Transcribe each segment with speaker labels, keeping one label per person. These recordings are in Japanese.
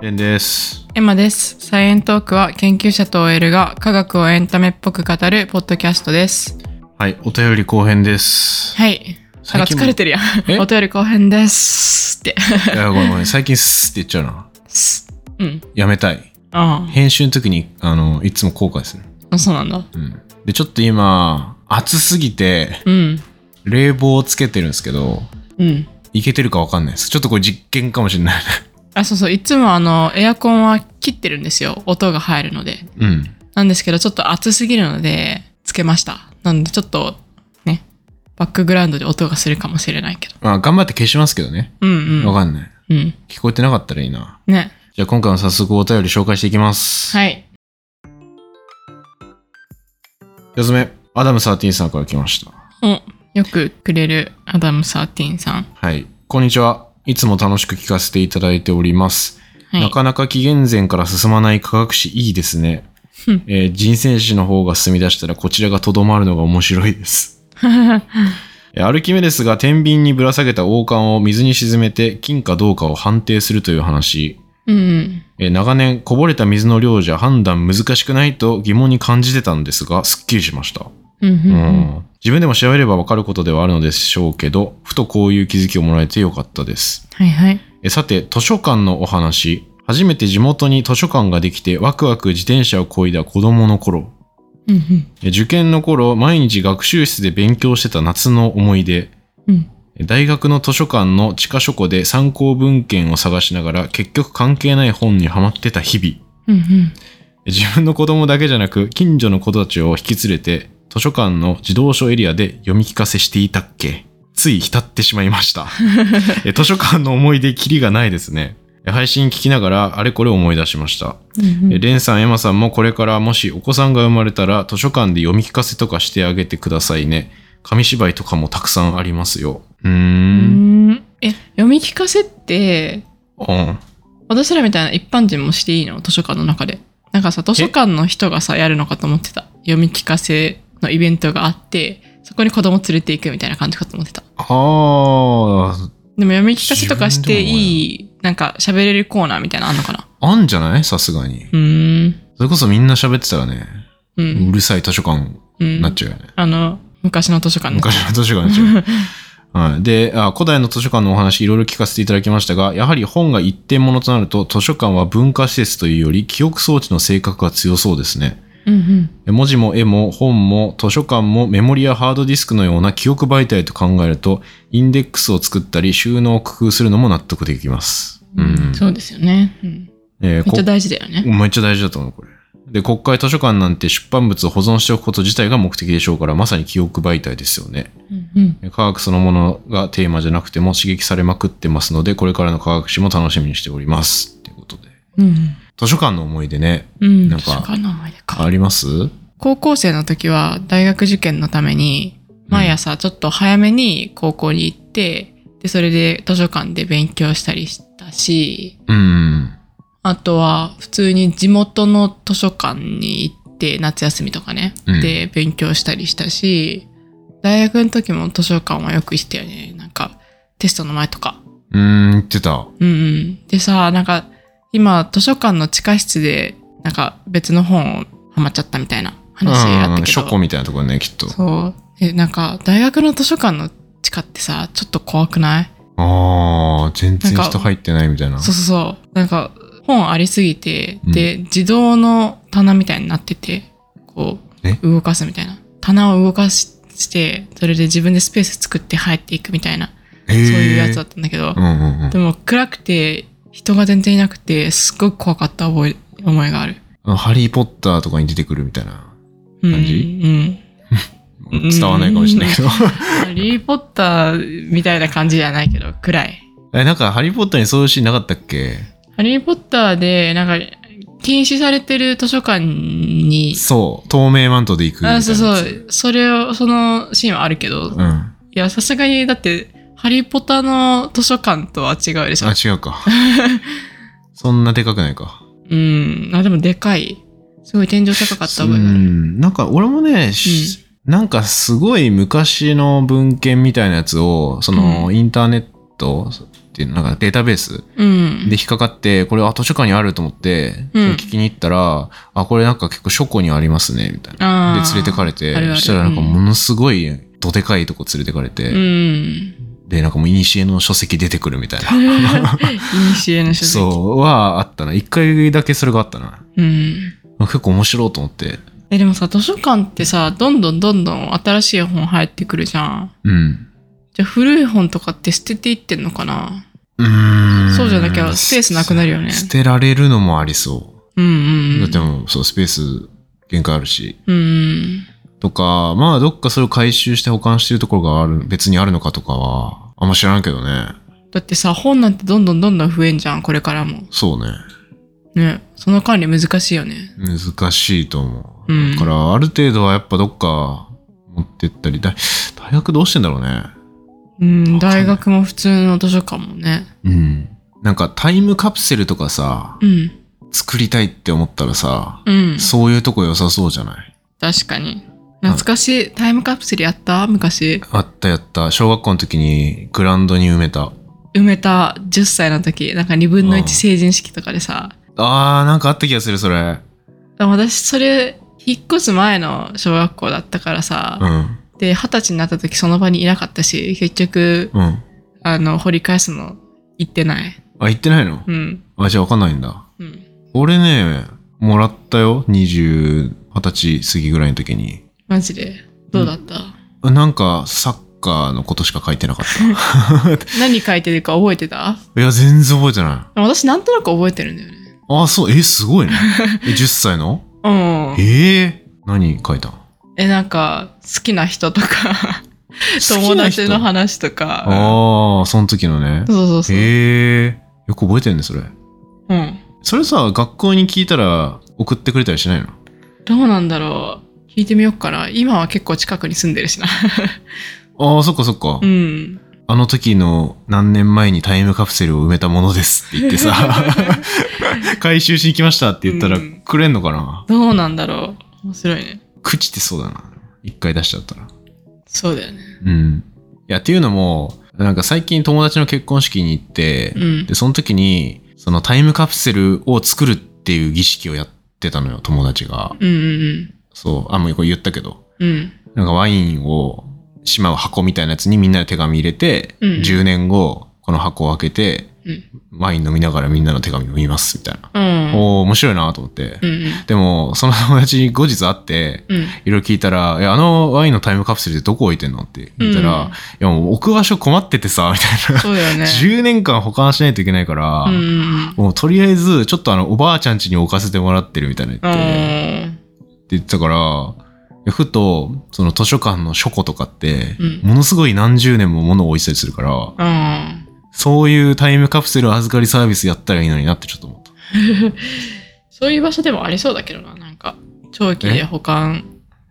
Speaker 1: レンです。
Speaker 2: エマです。サイエントークは研究者と OL が科学をエンタメっぽく語るポッドキャストです。
Speaker 1: はい、お便り後編です。
Speaker 2: はい。なんか疲れてるやん
Speaker 1: え。
Speaker 2: お便り後編です。って。
Speaker 1: いや、ごめんごめん。最近スーって言っちゃうな。
Speaker 2: す うん。
Speaker 1: やめたい。
Speaker 2: あ
Speaker 1: 編集の時に、あの、いつも後悔する。
Speaker 2: あ。そうなんだ。
Speaker 1: うん。で、ちょっと今、暑すぎて、
Speaker 2: うん。
Speaker 1: 冷房をつけてるんですけど、
Speaker 2: うん。
Speaker 1: いけてるかわかんないです。ちょっとこれ実験かもしれないね。
Speaker 2: あ、そうそう。いつもあの、エアコンは切ってるんですよ。音が入るので。
Speaker 1: うん。
Speaker 2: なんですけど、ちょっと暑すぎるので、つけました。なんで、ちょっと、ね。バックグラウンドで音がするかもしれないけど。
Speaker 1: まあ、頑張って消しますけどね。
Speaker 2: うんう
Speaker 1: わ
Speaker 2: ん。
Speaker 1: かんない。
Speaker 2: うん。
Speaker 1: 聞こえてなかったらいいな。
Speaker 2: ね。
Speaker 1: じゃあ今回も早速お便り紹介していきます。い。
Speaker 2: はい。
Speaker 1: 1つ目、アダム13さんから来ました。
Speaker 2: うん。よくくれるアダム13さん。
Speaker 1: はい。こんにちは。いつも楽しく聞かせていただいております。
Speaker 2: はい
Speaker 1: なかなか紀元前から進まない科学史いいですね
Speaker 2: うん。
Speaker 1: えー人選史の方が進み出したらこちらがとどまるのが面白いです。 えーアルキメデスが天秤にぶら下げた王冠を水に沈めて金かどうかを判定するという話。
Speaker 2: うん。
Speaker 1: えー長年こぼれた水の量じゃ判断難しくないと疑問に感じてたんですが、すっきりしました。
Speaker 2: うんうんうん
Speaker 1: うん自分でも調べればわかることではあるのでしょうけど、ふとこういう気づきをもらえてよかったです。
Speaker 2: はいはい。
Speaker 1: えさて、図書館のお話。初めて地元に図書館ができてワクワク自転車を漕いだ子供の頃。
Speaker 2: うんうん
Speaker 1: え受験の頃、毎日学習室で勉強してた夏の思い出。
Speaker 2: うん
Speaker 1: え大学の図書館の地下書庫で参考文献を探しながら結局関係ない本にはまってた日々。
Speaker 2: うんうん
Speaker 1: え自分の子供だけじゃなく近所の子たちを引き連れて図書館の児童書エリアで読み聞かせしていたっけつい浸ってしまいました。え図書館の思い出きりがないですね。え配信聞きながらあれこれ思い出しました。
Speaker 2: うんう
Speaker 1: え
Speaker 2: ん
Speaker 1: レンさん、エマさんもこれからもしお子さんが生まれたら図書館で読み聞かせとかしてあげてくださいね。紙芝居とかもたくさんありますよ。うー。
Speaker 2: うんんえ、読み聞かせって、
Speaker 1: うん。
Speaker 2: 私らみたいな一般人もしていいの図書館の中で。なんかさ、図書館の人がさ、やるのかと思ってた。読み聞かせのイベントがあって、そこに子供連れて行くみたいな感じかと思ってた。
Speaker 1: あー、
Speaker 2: でも読み聞かせとかしていい、なんか喋れるコーナーみたいなのあんのかな
Speaker 1: あんじゃないさすがに
Speaker 2: う。ーん。
Speaker 1: それこそみんな喋ってたらね、
Speaker 2: う。
Speaker 1: うんるさい図書館
Speaker 2: うん。
Speaker 1: なっちゃうよね。
Speaker 2: あの、昔の図書館の。
Speaker 1: 昔の図書館でしょ。はい、であ古代の図書館のお話いろいろ聞かせていただきましたがやはり本が一点ものとなると図書館は文化施設というより記憶装置の性格が強そうですね
Speaker 2: うんうん。
Speaker 1: 文字も絵も本も図書館もメモリやハードディスクのような記憶媒体と考えるとインデックスを作ったり収納を工夫するのも納得できますうん
Speaker 2: そうですよね。うん
Speaker 1: えー
Speaker 2: めっ
Speaker 1: こ
Speaker 2: ちゃ大事だよね。
Speaker 1: めっちゃ大事だと思うこれで国会図書館なんて出版物を保存しておくこと自体が目的でしょうからまさに記憶媒体ですよね
Speaker 2: うんうん。
Speaker 1: 科学そのものがテーマじゃなくても刺激されまくってますので、これからの科学史も楽しみにしております。っていうことで。
Speaker 2: うん
Speaker 1: 図書館の思い出ね、
Speaker 2: うん。
Speaker 1: なんか
Speaker 2: 図書館の思い出か
Speaker 1: ありますうん。
Speaker 2: 高校生の時は大学受験のために、毎朝ちょっと早めに高校に行って、で、それで図書館で勉強したりしたし、
Speaker 1: うん。
Speaker 2: あとは普通に地元の図書館に行って、夏休みとかね、
Speaker 1: うん
Speaker 2: で勉強したりしたし、大学の時も図書館はよく行ったよね。なんか、テストの前とか。
Speaker 1: うーん、言ってた。
Speaker 2: うんうん。でさ、なんか、今、図書館の地下室で、なんか、別の本をハマっちゃったみたいな話あった
Speaker 1: うん、
Speaker 2: け
Speaker 1: 書
Speaker 2: ど。
Speaker 1: 庫みたいなところね、きっと。
Speaker 2: そう。え、なんか、大学の図書館の地下ってさ、ちょっと怖くない
Speaker 1: ああ、全然
Speaker 2: なんか
Speaker 1: 人入ってないみたいな。
Speaker 2: そうそうそう。なんか、本ありすぎて、
Speaker 1: うん
Speaker 2: で、自動の棚みたいになってて、こ
Speaker 1: え
Speaker 2: う、動かすみたいな。棚を動かしして、それで自分でスペース作って入っていくみたいな、
Speaker 1: へー
Speaker 2: そういうやつだったんだけど、
Speaker 1: うんうんうん
Speaker 2: でも暗くて、人が全然いなくて、すっごく怖かった覚え、思いがある。
Speaker 1: あの。ハリー・ポッターとかに出てくるみたいな。
Speaker 2: うん
Speaker 1: 感じ
Speaker 2: うん。うん
Speaker 1: 伝わらないかもしれないけど。
Speaker 2: ハリーポッターみたいな感じじゃないけど、暗い。
Speaker 1: え、なんか、ハリー・ポッターにそういうシーンなかったっけ
Speaker 2: ハリー・ポッターで、なんか、禁止されてる図書館に、
Speaker 1: そう。透明マントで行くみたいな
Speaker 2: あ
Speaker 1: やつ。
Speaker 2: そうそう、それを、そのシーンはあるけど、
Speaker 1: うん。あ、
Speaker 2: いや、さすがに、だって、ハリー・ポッターの図書館とは違うでしょ。
Speaker 1: 違うか。 そんなでかくないか。
Speaker 2: うん、あ、でもでかい。すごい天井高かった
Speaker 1: う
Speaker 2: 覚えがある。
Speaker 1: ん、なんか俺もね、しなんかすごい昔の文献みたいなやつを、その、
Speaker 2: う
Speaker 1: インターネットっていうなんかデータベース
Speaker 2: うん。
Speaker 1: で引っかかって、これあ図書館にあると思って、
Speaker 2: うん
Speaker 1: それ聞きに行ったら、あ、これなんか結構書庫にありますね、みたいな。
Speaker 2: あ
Speaker 1: で
Speaker 2: ー、
Speaker 1: 連れてかれて、
Speaker 2: あるある
Speaker 1: そしたらなんか
Speaker 2: うん
Speaker 1: ものすごいどでかいとこ連れてかれて、
Speaker 2: うん。
Speaker 1: で、なんかもう古の書籍出てくるみたい な。
Speaker 2: いにしえの書籍。
Speaker 1: そう、はあったな。一回だけそれがあったな。
Speaker 2: うん。
Speaker 1: 結構面白いと思って。
Speaker 2: え、でもさ、図書館ってさ、どんどんどんどん新しい本入ってくるじゃん。
Speaker 1: うん。
Speaker 2: じゃあ古い本とかって捨てていってんのかな
Speaker 1: うーん
Speaker 2: そうじゃなきゃスペースなくなるよね
Speaker 1: 捨てられるのもありそ
Speaker 2: うん
Speaker 1: う。
Speaker 2: うん。
Speaker 1: だってもう、そう、スペース限界あるし。
Speaker 2: うん。
Speaker 1: とか、まあ、どっかそれを回収して保管してるところがある、別にあるのかとかは、あんま知らんけどね。
Speaker 2: だってさ、本なんてどんどんどんどん増えんじゃん、これからも。
Speaker 1: そうね。
Speaker 2: ね。その管理難しいよね。
Speaker 1: 難しいと思う。
Speaker 2: うん
Speaker 1: だから、ある程度はやっぱどっか持ってったり、大大学どうしてんだろうね。
Speaker 2: うん、
Speaker 1: わかんない
Speaker 2: 大学も普通の図書館もね。
Speaker 1: うん。なんか、タイムカプセルとかさ、
Speaker 2: うん。
Speaker 1: 作りたいって思ったらさ、
Speaker 2: うん。
Speaker 1: そういうとこ良さそうじゃない
Speaker 2: 確かに。懐かしい。タイムカプセルやった昔。
Speaker 1: あったやった。小学校の時にグラウンドに埋めた。
Speaker 2: 埋めた10歳の時、なんか2分の
Speaker 1: うん
Speaker 2: 1成人式とかでさ。
Speaker 1: あー、なんかあった気がする、それ。
Speaker 2: 私、それ、引っ越す前の小学校だったからさ
Speaker 1: う。ん。
Speaker 2: で、二十歳になった時その場にいなかったし、結局、
Speaker 1: うん。
Speaker 2: あの、掘り返すの行ってない。
Speaker 1: あ、行ってないの
Speaker 2: うん。
Speaker 1: あ、じゃあわかんないんだ。
Speaker 2: うん。
Speaker 1: 俺ね、もらったよ。20、20歳過ぎぐらいの時に。
Speaker 2: マジで。どうだった、
Speaker 1: なんか、サッカーのことしか書いてなかった。
Speaker 2: 何書いてるか覚えてた
Speaker 1: いや、全然覚えてない。
Speaker 2: 私なんとなく覚えてるんだよね。
Speaker 1: あ、そう、え、すごいね。え10歳の
Speaker 2: うん。
Speaker 1: ええ何書いたの
Speaker 2: え、なんか、好きな人 とか、友
Speaker 1: 好きな人
Speaker 2: 達の話とか。
Speaker 1: ああ、その時のね
Speaker 2: そう。そうそう。
Speaker 1: へえよく覚えてんね、それ。
Speaker 2: うん。
Speaker 1: それさ、学校に聞いたら送ってくれたりしないの
Speaker 2: どうなんだろう。聞いてみようかな。今は結構近くに住んでるしな。
Speaker 1: ああ、そっかそっか。
Speaker 2: うん。
Speaker 1: あの時の何年前にタイムカプセルを埋めたものですって言ってさ、 回収しに来ましたって言ったら
Speaker 2: うん
Speaker 1: くれんのかな、
Speaker 2: どうなんだろう。面白いね。
Speaker 1: 朽ちてそうだな。一回出しちゃったら。
Speaker 2: そうだよね。
Speaker 1: うん。いや、っていうのも、なんか最近友達の結婚式に行って、
Speaker 2: うん
Speaker 1: で、。その時に、そのタイムカプセルを作るっていう儀式をやってたのよ、友達が。
Speaker 2: うんうん
Speaker 1: そう、あ、もうこれ言ったけど。
Speaker 2: うん。うん。
Speaker 1: なんかワインをしまう箱みたいなやつにみんなで手紙入れて、
Speaker 2: うん
Speaker 1: 10年後、この箱を開けて、
Speaker 2: うん。
Speaker 1: ワイン飲みながらみんなの手紙読みます、みたいな。
Speaker 2: うん。
Speaker 1: おー、面白いなと思って。
Speaker 2: うんうん。
Speaker 1: でも、その友達に後日会って、
Speaker 2: うん。
Speaker 1: いろいろ聞いたら、え、あのワインのタイムカプセルってどこ置いてんのって言ったら、
Speaker 2: うん
Speaker 1: いやもう置く場所困っててさ、みたいな。
Speaker 2: そうだ よね。
Speaker 1: 10年間保管しないといけないから、
Speaker 2: うんうん
Speaker 1: もうとりあえず、ちょっとあの、おばあちゃん家に置かせてもらってるみたいな
Speaker 2: う
Speaker 1: 言って、っ
Speaker 2: ん。
Speaker 1: て言ってたから、ふと、その図書館の書庫とかって、
Speaker 2: うん
Speaker 1: ものすごい何十年も物を置いてたりするから、
Speaker 2: うん。
Speaker 1: そういうタイムカプセル預かりサービスやったらいいのになってちょっと思った。
Speaker 2: そういう場所でもありそうだけどな、なんか。長期で保管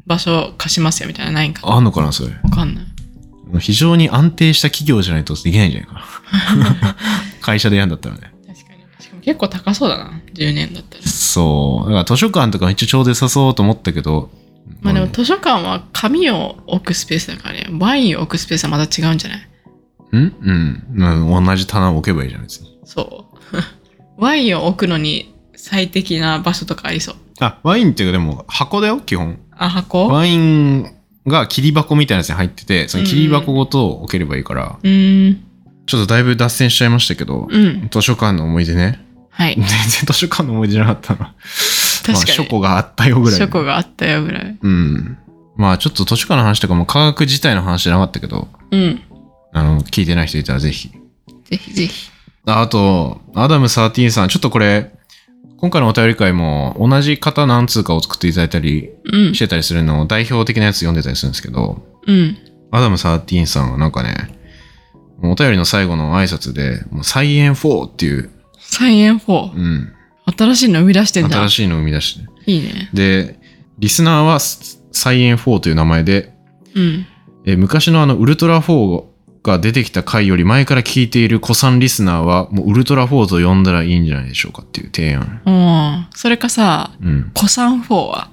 Speaker 2: 場所貸しますよみたいなのないんか。
Speaker 1: あんのかな、それ。
Speaker 2: わかんない。
Speaker 1: 非常に安定した企業じゃないとできないんじゃないか な。会社でやんだったらね。
Speaker 2: 確かに。しかも結構高そうだな、10年だったら。
Speaker 1: そう。だから図書館とか一応ちょうど良さそうと思ったけど。
Speaker 2: まあでも図書館は紙を置くスペースだからね、ワインを置くスペースはまた違うんじゃない
Speaker 1: うんうん、うん。同じ棚を置けばいいじゃないですか。
Speaker 2: そう。 ワインを置くのに最適な場所とかありそう。
Speaker 1: あ、ワインっていうかでも箱だよ、基本。
Speaker 2: あ、箱う
Speaker 1: ワインが切り箱みたいなやつに入ってて、その切り箱ごと置ければいいから、
Speaker 2: ーん。
Speaker 1: ちょっとだいぶ脱線しちゃいましたけど、
Speaker 2: うん。
Speaker 1: 図書館の思い出 ね。
Speaker 2: はい
Speaker 1: 全。然図書館の思い出じゃなかったな。
Speaker 2: 確
Speaker 1: まあ、
Speaker 2: かに
Speaker 1: 書庫があったよぐらい。
Speaker 2: 書庫があったよぐらい。
Speaker 1: うん。まあちょっと図書館の話とかも科学自体の話じゃなかったけど、
Speaker 2: うん。
Speaker 1: あの、聞いてない人いたらぜひ。
Speaker 2: ぜひぜひ。
Speaker 1: ああと、アダム13さん、ちょっとこれ、今回のお便り会も同じ方何通かを作っていただいたり
Speaker 2: うん
Speaker 1: し。てたりするのを代表的なやつ読んでたりするんですけど、
Speaker 2: うん。
Speaker 1: アダム13さんはなんかね、もうお便りの最後の挨拶で、もう再演4っていう、
Speaker 2: サイエン4
Speaker 1: う。ん、
Speaker 2: 新しいの生み出してんだ
Speaker 1: 新。しいのを生み出して。
Speaker 2: いいね。
Speaker 1: で、リスナーは再演4という名前で、
Speaker 2: うん。
Speaker 1: えー昔のあのウルトラ4が出てきた回より前から聞いている古参リスナーはもうウルトラ4と呼んだらいいんじゃないでしょうかっていう提案。
Speaker 2: うん。それかさ、
Speaker 1: うん。
Speaker 2: 古参4は。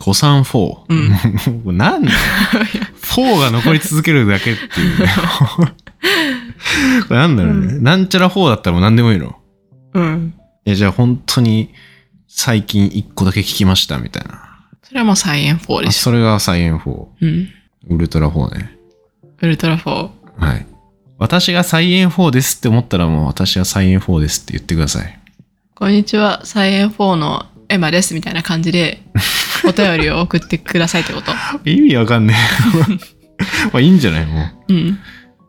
Speaker 1: 古参4。
Speaker 2: うん
Speaker 1: も うなんだよ ?4 が残り続けるだけっていうね。これなんだろうね、
Speaker 2: う
Speaker 1: なんちゃら4だったらもう何でもいいの
Speaker 2: うん。
Speaker 1: えじゃあ本当に最近1個だけ聞きましたみたいな
Speaker 2: それはもうサイエン4で
Speaker 1: あ
Speaker 2: しょ。
Speaker 1: それがサイエン4
Speaker 2: うん。
Speaker 1: ウルトラ4ね
Speaker 2: ウルトラ4。
Speaker 1: はい私がサイエン4ですって思ったらもう私はサイエン4ですって言ってください
Speaker 2: こんにちは、サイエン4のエマですみたいな感じ で、お便りを送ってくださいってこと。
Speaker 1: 意味わかんねえ まあいいんじゃないもう
Speaker 2: うん。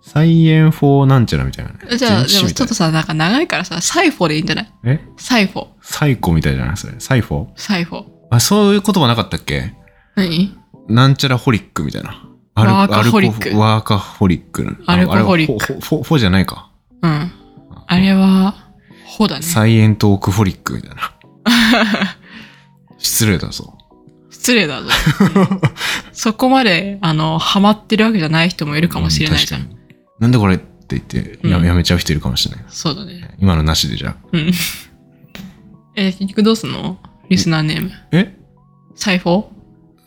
Speaker 1: サイエン4なんちゃらみたいなね
Speaker 2: じゃあ、
Speaker 1: 前
Speaker 2: で
Speaker 1: 置
Speaker 2: も
Speaker 1: 詞み
Speaker 2: ち
Speaker 1: たい
Speaker 2: ょっ
Speaker 1: な
Speaker 2: とさ、なんか長いからさ、サイフォでいいんじゃない
Speaker 1: え
Speaker 2: サイフォ、
Speaker 1: サイコみたいじゃないそれサイフォ
Speaker 2: サイフォ。
Speaker 1: あそういう言葉なかったっけ
Speaker 2: 何
Speaker 1: なんちゃらホリックみたいな。
Speaker 2: ワーカホリック
Speaker 1: アルコワーカホリックな。
Speaker 2: アルコホリック
Speaker 1: あれはフォフォフォじゃないか。
Speaker 2: うん。あれは、ほだね。
Speaker 1: サイエントオークホリックみたいな。失礼だぞ。
Speaker 2: 失礼 だぞ。そこまで、あの、ハマってるわけじゃない人もいるかもしれないじゃ。
Speaker 1: うん確かになんでこれって言ってや,、
Speaker 2: うん
Speaker 1: やめちゃう人いるかもしれない。
Speaker 2: そうだね。
Speaker 1: 今のなしでじゃあ。
Speaker 2: うん。 え、結局どうすんのリスナーネーム。
Speaker 1: え
Speaker 2: サイフォ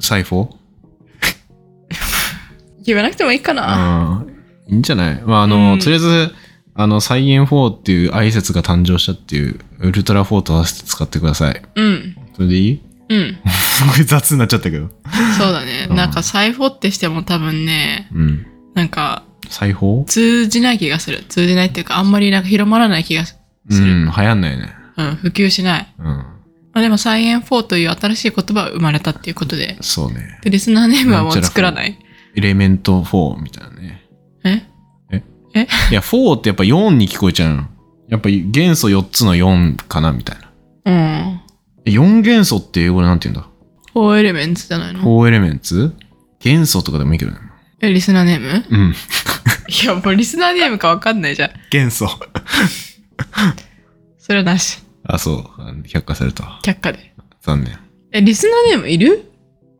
Speaker 1: サイフォ
Speaker 2: 言わなくてもいいかな。
Speaker 1: あーいいんじゃないまああの、
Speaker 2: うん
Speaker 1: とりあえず、あの、サイエン4っていう挨拶が誕生したっていう、ウルトラ4と合わせて使ってください。
Speaker 2: うん。
Speaker 1: それでいい
Speaker 2: うん。
Speaker 1: すごい雑になっちゃったけど。
Speaker 2: そうだね。
Speaker 1: うん
Speaker 2: なんか、サイフォってしても多分ね、
Speaker 1: うん。
Speaker 2: なんか、
Speaker 1: サイフォー
Speaker 2: 通じない気がする。通じないっていうか、あんまりなんか広まらない気がす
Speaker 1: う
Speaker 2: る。
Speaker 1: ん、流行んないね。
Speaker 2: うん、普及しない。
Speaker 1: うん。
Speaker 2: まあでも、サイエン4という新しい言葉が生まれたっていうことで。
Speaker 1: そうね。
Speaker 2: で、リスナーネームはもう作らない。
Speaker 1: エレメント4みたいなね。
Speaker 2: え
Speaker 1: いや、4ってやっぱ4に聞こえちゃうの。やっぱ元素4つの4かなみたいな。
Speaker 2: うん。
Speaker 1: 4元素って英語でなんて言うんだ
Speaker 2: 4エレメンツじゃないの
Speaker 1: ?4 エレメンツ元素とかでもいいけどね。
Speaker 2: え、リスナーネーム
Speaker 1: うん。
Speaker 2: いや、もうリスナーネームかわかんないじゃん。
Speaker 1: 元素。
Speaker 2: それはなし。
Speaker 1: あ、そう。あの却下された。
Speaker 2: 却下で。
Speaker 1: 残念。
Speaker 2: え、リスナーネームいる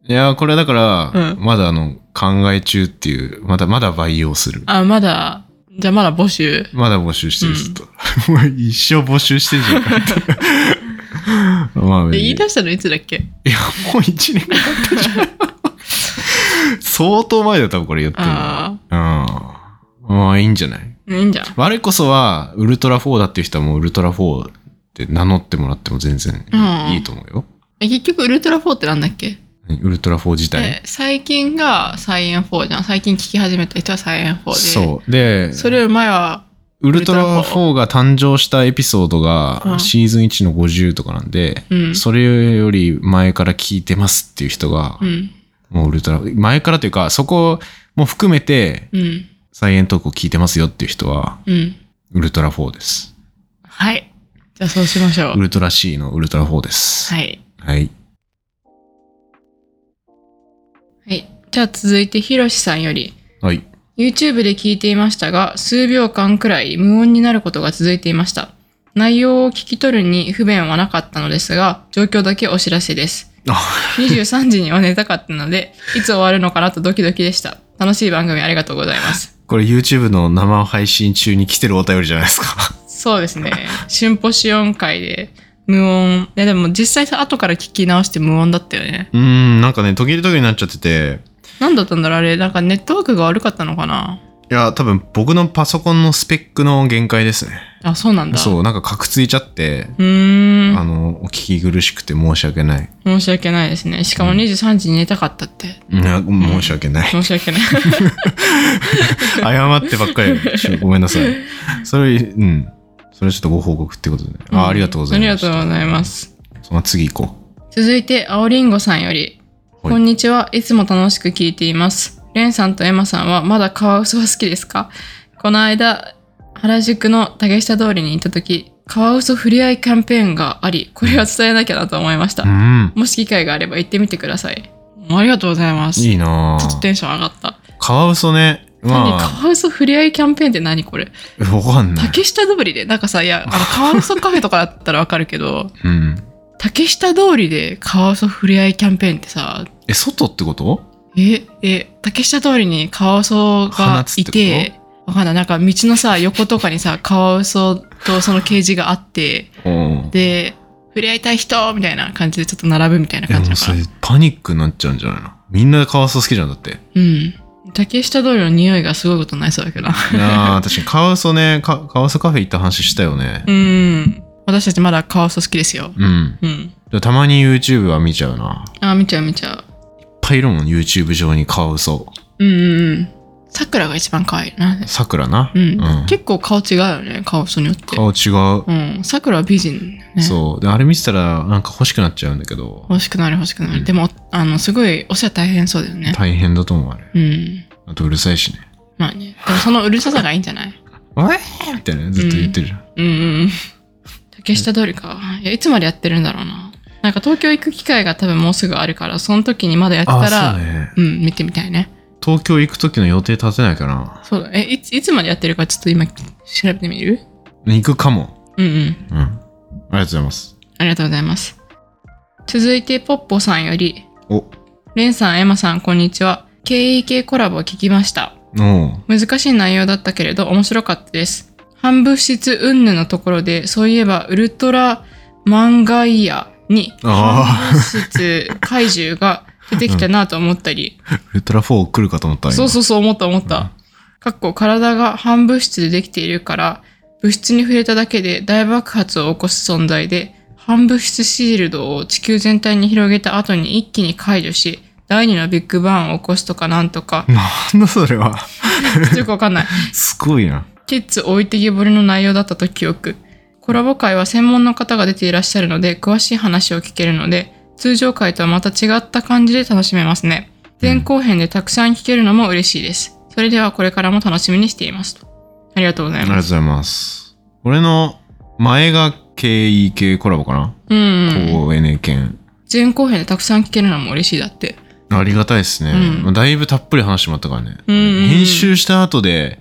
Speaker 1: いやー、これだから、
Speaker 2: うん
Speaker 1: まだあの、考え中っていう、まだまだ培養する。
Speaker 2: あ、まだ、じゃあまだ募集。
Speaker 1: まだ募集してる、ずっと。 もう一生募集してるじゃんかって。まあ、
Speaker 2: で、言い出したのいつだっけ
Speaker 1: いや、もう1年ぐらい経ったじゃん。相当前だよ、多分これやってるの。
Speaker 2: あ
Speaker 1: うん。まあ、いいんじゃない
Speaker 2: あ、いいんじゃん。
Speaker 1: 我こそは、ウルトラ4だっていう人はもうウルトラ4って名乗ってもらっても全然
Speaker 2: うん
Speaker 1: いいと思うよ。
Speaker 2: え、結局、ウルトラ4ってなんだっけ
Speaker 1: 何ウルトラ4自体。
Speaker 2: え、最近がサイエン4じゃん。最近聞き始めた人はサイエン4で。
Speaker 1: そう。で、
Speaker 2: それより前は、
Speaker 1: ウルトラ
Speaker 2: ウルトラ
Speaker 1: 4が誕生したエピソード
Speaker 2: う
Speaker 1: が
Speaker 2: ん
Speaker 1: シーズン1の50とかなんで、
Speaker 2: うん。
Speaker 1: それより前から聞いてますっていう人が
Speaker 2: う、ん。
Speaker 1: もうウルトラ、前からというか、そこも含めて、
Speaker 2: うん。
Speaker 1: サイエントークを聞いてますよっていう人は、
Speaker 2: うん。
Speaker 1: ウルトラ4です。
Speaker 2: はい。じゃあそうしましょ
Speaker 1: ウ
Speaker 2: う。
Speaker 1: ルトラ C のウルトラ4です。
Speaker 2: はい。
Speaker 1: はい。
Speaker 2: はい。じゃあ続いて、ひろしさんより。
Speaker 1: はい。
Speaker 2: YouTube で聞いていましたが、数秒間くらい無音になることが続いていました。内容を聞き取るに不便はなかったのですが、状況だけお知らせです。
Speaker 1: あ、
Speaker 2: 23時には寝たかったので、いつ終わるのかなとドキドキでした。楽しい番組ありがとうございます。
Speaker 1: これ YouTube の生配信中に来てるお便りじゃないですか。
Speaker 2: そうですね。シンポシオン会で無音。いやでも実際さ、後から聞き直して無音だったよね。
Speaker 1: うーん、なんかね、途切れ途切れになっちゃってて、
Speaker 2: なんだったんだろうあれ、なんかネットワークが悪かったのかない
Speaker 1: や、多分僕のパソコンのスペックの限界ですね。
Speaker 2: あ、そうなんだ。う。
Speaker 1: そう、なんかカクついちゃって、
Speaker 2: うーん
Speaker 1: あ。の、お聞き苦しくて申し訳ない。
Speaker 2: 申し訳ないですね。しかも23時に寝たかったって。
Speaker 1: いや申し訳 ない。
Speaker 2: 申し訳ない。
Speaker 1: 謝ってばっかり。 ちょごめんなさい。それ、うん。それちょっとご報告ってことでね。あ、ありがとうございます。
Speaker 2: ありがとうございます。
Speaker 1: その次行こ
Speaker 2: 続いて、青りんごさんより。
Speaker 1: はい
Speaker 2: こんにちは。いつも楽しく聞いています。レンさんとエマさんはまだカワウソは好きですかこの間、原宿の竹下通りに行った時、カワウソふれあいキャンペーンがあり、これは伝えなきゃなと思いました
Speaker 1: う。う。ん。
Speaker 2: もし機会があれば行ってみてください。ありがとうございます。
Speaker 1: いいな
Speaker 2: ちょっと
Speaker 1: ぁ。
Speaker 2: テンション上がった。
Speaker 1: カワウソね。
Speaker 2: 何
Speaker 1: まあ、
Speaker 2: カワウソふれあいキャンペーンって何これ
Speaker 1: わかんない。
Speaker 2: 竹下通りで、なんかさ、いや、あの、カワウソカフェとかだったらわかるけど、
Speaker 1: うん。
Speaker 2: 竹下通りでカワウソふれあいキャンペーンってさ、
Speaker 1: え、外ってこと
Speaker 2: え、え、竹下通りにカワウソがい
Speaker 1: 放つって
Speaker 2: て、わかんない。なんか道のさ、横とかにさ、カワウソとそのケージがあって、
Speaker 1: うん。
Speaker 2: で、触れ合いたい人みたいな感じでちょっと並ぶみたいな
Speaker 1: で
Speaker 2: 感じ
Speaker 1: も
Speaker 2: だ
Speaker 1: そ
Speaker 2: から
Speaker 1: れ。パニックになっちゃうんじゃないのみんなカワウソ好きじゃんだって。
Speaker 2: うん。竹下通りの匂いがすごいことになりそうだけど。
Speaker 1: なあ、確かにカワウソね、かカワウソカフェ行った話したよね
Speaker 2: う。ん。私たちまだカワウソ好きですよ。
Speaker 1: うん。
Speaker 2: うん。
Speaker 1: でもたまに YouTube は見ちゃうな。
Speaker 2: あ、見ちゃう見ちゃう。
Speaker 1: いっぱいいるもん、YouTube 上にカワウソ。
Speaker 2: うんうんうん。桜が一番可愛いな。
Speaker 1: さくらな。
Speaker 2: うん。
Speaker 1: うん
Speaker 2: 結構顔違うよね、カワウソによって。
Speaker 1: 顔違う。
Speaker 2: うん。桜は美人、ね。
Speaker 1: そう。で、あれ見てたらなんか欲しくなっちゃうんだけど、
Speaker 2: 欲しくなる欲しくなる。
Speaker 1: うん
Speaker 2: でも、あの、すごい、お世話大変そうだよね。
Speaker 1: 大変だと思う、あれ。
Speaker 2: うん。
Speaker 1: あとうるさいしね。
Speaker 2: まあね。でもそのうるささがいいんじゃない
Speaker 1: おえーみたいなねずっと言ってるじゃん。
Speaker 2: うんうん。竹下通りか。いや、いつまでやってるんだろうな。なんか東京行く機会が多分もうすぐあるから、その時にまだやってた
Speaker 1: あ、
Speaker 2: ら、
Speaker 1: そうね。
Speaker 2: うん、見てみたいね。
Speaker 1: 東京行く時の予定立てないかな。
Speaker 2: そうだ。え、いつ、いつまでやってるかちょっと今調べてみる
Speaker 1: 行くかも。
Speaker 2: うんう
Speaker 1: う
Speaker 2: ん。
Speaker 1: ん。ありがとうございます。
Speaker 2: ありがとうございます。続いて、ポッポさんより、
Speaker 1: お、お
Speaker 2: レンさん、エマさん、こんにちは。KEK コラボを聞きました。
Speaker 1: う
Speaker 2: 難しい内容だったけれど面白かったです。反物質云々のところで、そういえばウルトラマンガイアに
Speaker 1: あー
Speaker 2: 反物質怪獣が出てきたなと思った り、
Speaker 1: ウルトラ4来るかと思った
Speaker 2: そう
Speaker 1: う。
Speaker 2: そうそう思った思った。かっこ体が反物質でできているから、物質に触れただけで大爆発を起こす存在で、反物質シールドを地球全体に広げた後に一気に解除し、第二のビッグバンを起こすとかなん とか、
Speaker 1: なんだそれは。
Speaker 2: ちょっとよくわかんない。
Speaker 1: すごいな。
Speaker 2: キッズ置いてけぼりの内容だったと記憶。コラボ会は専門の方が出ていらっしゃるので、詳しい話を聞けるので、通常会とはまた違った感じで楽しめますね。前後編でたくさん聞けるのも嬉しいです。それではこれからも楽しみにしています。ありがとうござ
Speaker 1: あ
Speaker 2: い
Speaker 1: りがとうご
Speaker 2: ます。
Speaker 1: ざいます。俺の前が KEK コラボかな、
Speaker 2: うんうん。
Speaker 1: こう NK。
Speaker 2: 前後編でたくさん聞けるのも嬉しいだ って。
Speaker 1: ありがたいですね、
Speaker 2: うん
Speaker 1: まあだいぶたっぷり話してもらったからね。
Speaker 2: うんうんうん
Speaker 1: 編集した後で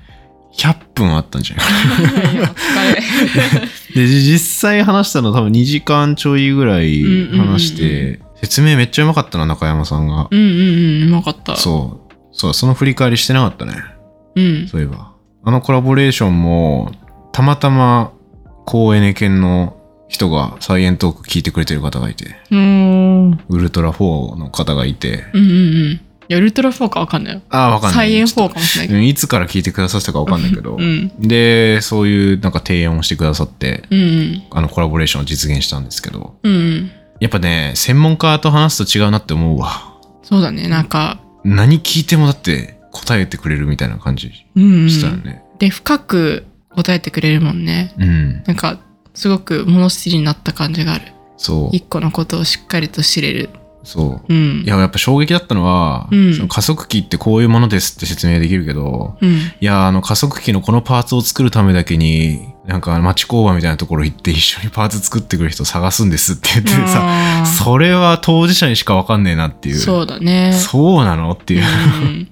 Speaker 1: 100分あったんじゃない
Speaker 2: いやお疲れ。
Speaker 1: で、じ実際話したの多分2時間ちょいぐらい話して、
Speaker 2: うんうん
Speaker 1: 説明めっちゃうまかったな、中山さんが。
Speaker 2: うんうんうん、うまかった。
Speaker 1: そう。そう、その振り返りしてなかったね。
Speaker 2: うん。
Speaker 1: そういえば。あのコラボレーションも、たまたま、高エネ犬の人がサイエントーク聞いてくれてる方がいて、
Speaker 2: うーん。
Speaker 1: ウルトラ4の方がいて、
Speaker 2: うんうんうん。いや、ウルトラ4かわかんないよ。
Speaker 1: ああ、わかんな
Speaker 2: サ
Speaker 1: い。
Speaker 2: イエン4
Speaker 1: ち
Speaker 2: かもし
Speaker 1: ょっ
Speaker 2: れないけ
Speaker 1: とうんいつから聞いてくださったかわかんないけど、
Speaker 2: ど。うん。
Speaker 1: で、そういうなんか提案をしてくださって、
Speaker 2: うんうん。
Speaker 1: あのコラボレーションを実現したんですけど、
Speaker 2: うんうん。
Speaker 1: やっぱね、専門家と話すと違うなって思うわ。
Speaker 2: そうだね、なんか、
Speaker 1: 何聞いてもだって答えてくれるみたいな感じ
Speaker 2: うん、うん。
Speaker 1: したよね。
Speaker 2: で、深く答えてくれるもんね。
Speaker 1: うん、
Speaker 2: なんか、すごく物知りになった感じがある。
Speaker 1: そう
Speaker 2: 一個のことをしっかりと知れる。、
Speaker 1: そう。
Speaker 2: うん。
Speaker 1: いや、やっぱ衝撃だったのは、
Speaker 2: うん
Speaker 1: その加速器ってこういうものですって説明できるけど、
Speaker 2: うん。
Speaker 1: いや、あの加速器のこのパーツを作るためだけに、なんか町工場みたいなところ行って一緒にパーツ作ってくる人探すんですって言っててさ、
Speaker 2: あー
Speaker 1: それは当事者にしかわかんねえなっていう。
Speaker 2: そうだね。
Speaker 1: そうなのっていう。
Speaker 2: うん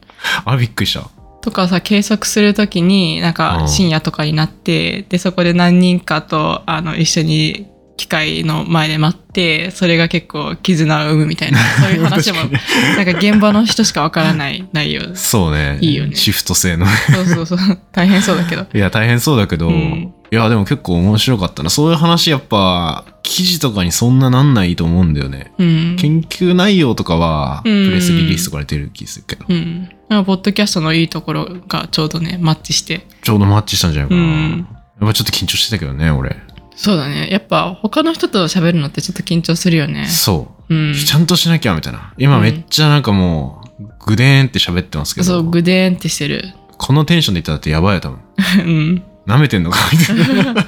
Speaker 1: あ、びっくりした。
Speaker 2: とかさ、計測するときに、なん
Speaker 1: う
Speaker 2: か
Speaker 1: ん
Speaker 2: 深夜とかになって、で、そこで何人かと、あの、一緒に機械の前で待って、それが結構絆を生むみた いな、そういう話も
Speaker 1: 確、
Speaker 2: なんか現場の人しかわからない内容。
Speaker 1: そうね。
Speaker 2: いいよね
Speaker 1: シフト制の。
Speaker 2: そうそうそう。大変そうだけど。
Speaker 1: いや、大変そうだけど、
Speaker 2: うん
Speaker 1: いや、でも結構面白かったな。そういう話やっぱ、記事とかにそんななんないと思うんだよね。
Speaker 2: うん。
Speaker 1: 研究内容とかは、プ
Speaker 2: うん
Speaker 1: レスリリースとかで出る気するけど。
Speaker 2: うん。なんかポッドキャストのいいところがちょうどね、マッチして。
Speaker 1: ちょうどマッチしたんじゃないかな。
Speaker 2: うん
Speaker 1: やっぱちょっと緊張してたけどね、俺。
Speaker 2: そうだね。やっぱ他の人と喋るのってちょっと緊張するよね。
Speaker 1: そう。
Speaker 2: うん。
Speaker 1: ちゃんとしなきゃ、みたいな。今
Speaker 2: うん
Speaker 1: めっちゃなんかもう、ぐでーんって喋ってますけ
Speaker 2: そう、
Speaker 1: ど、
Speaker 2: ぐでーんってしてる。
Speaker 1: このテンションでいったらだってやばいよ、多分。
Speaker 2: うん。
Speaker 1: 舐めてんのか、みたい な。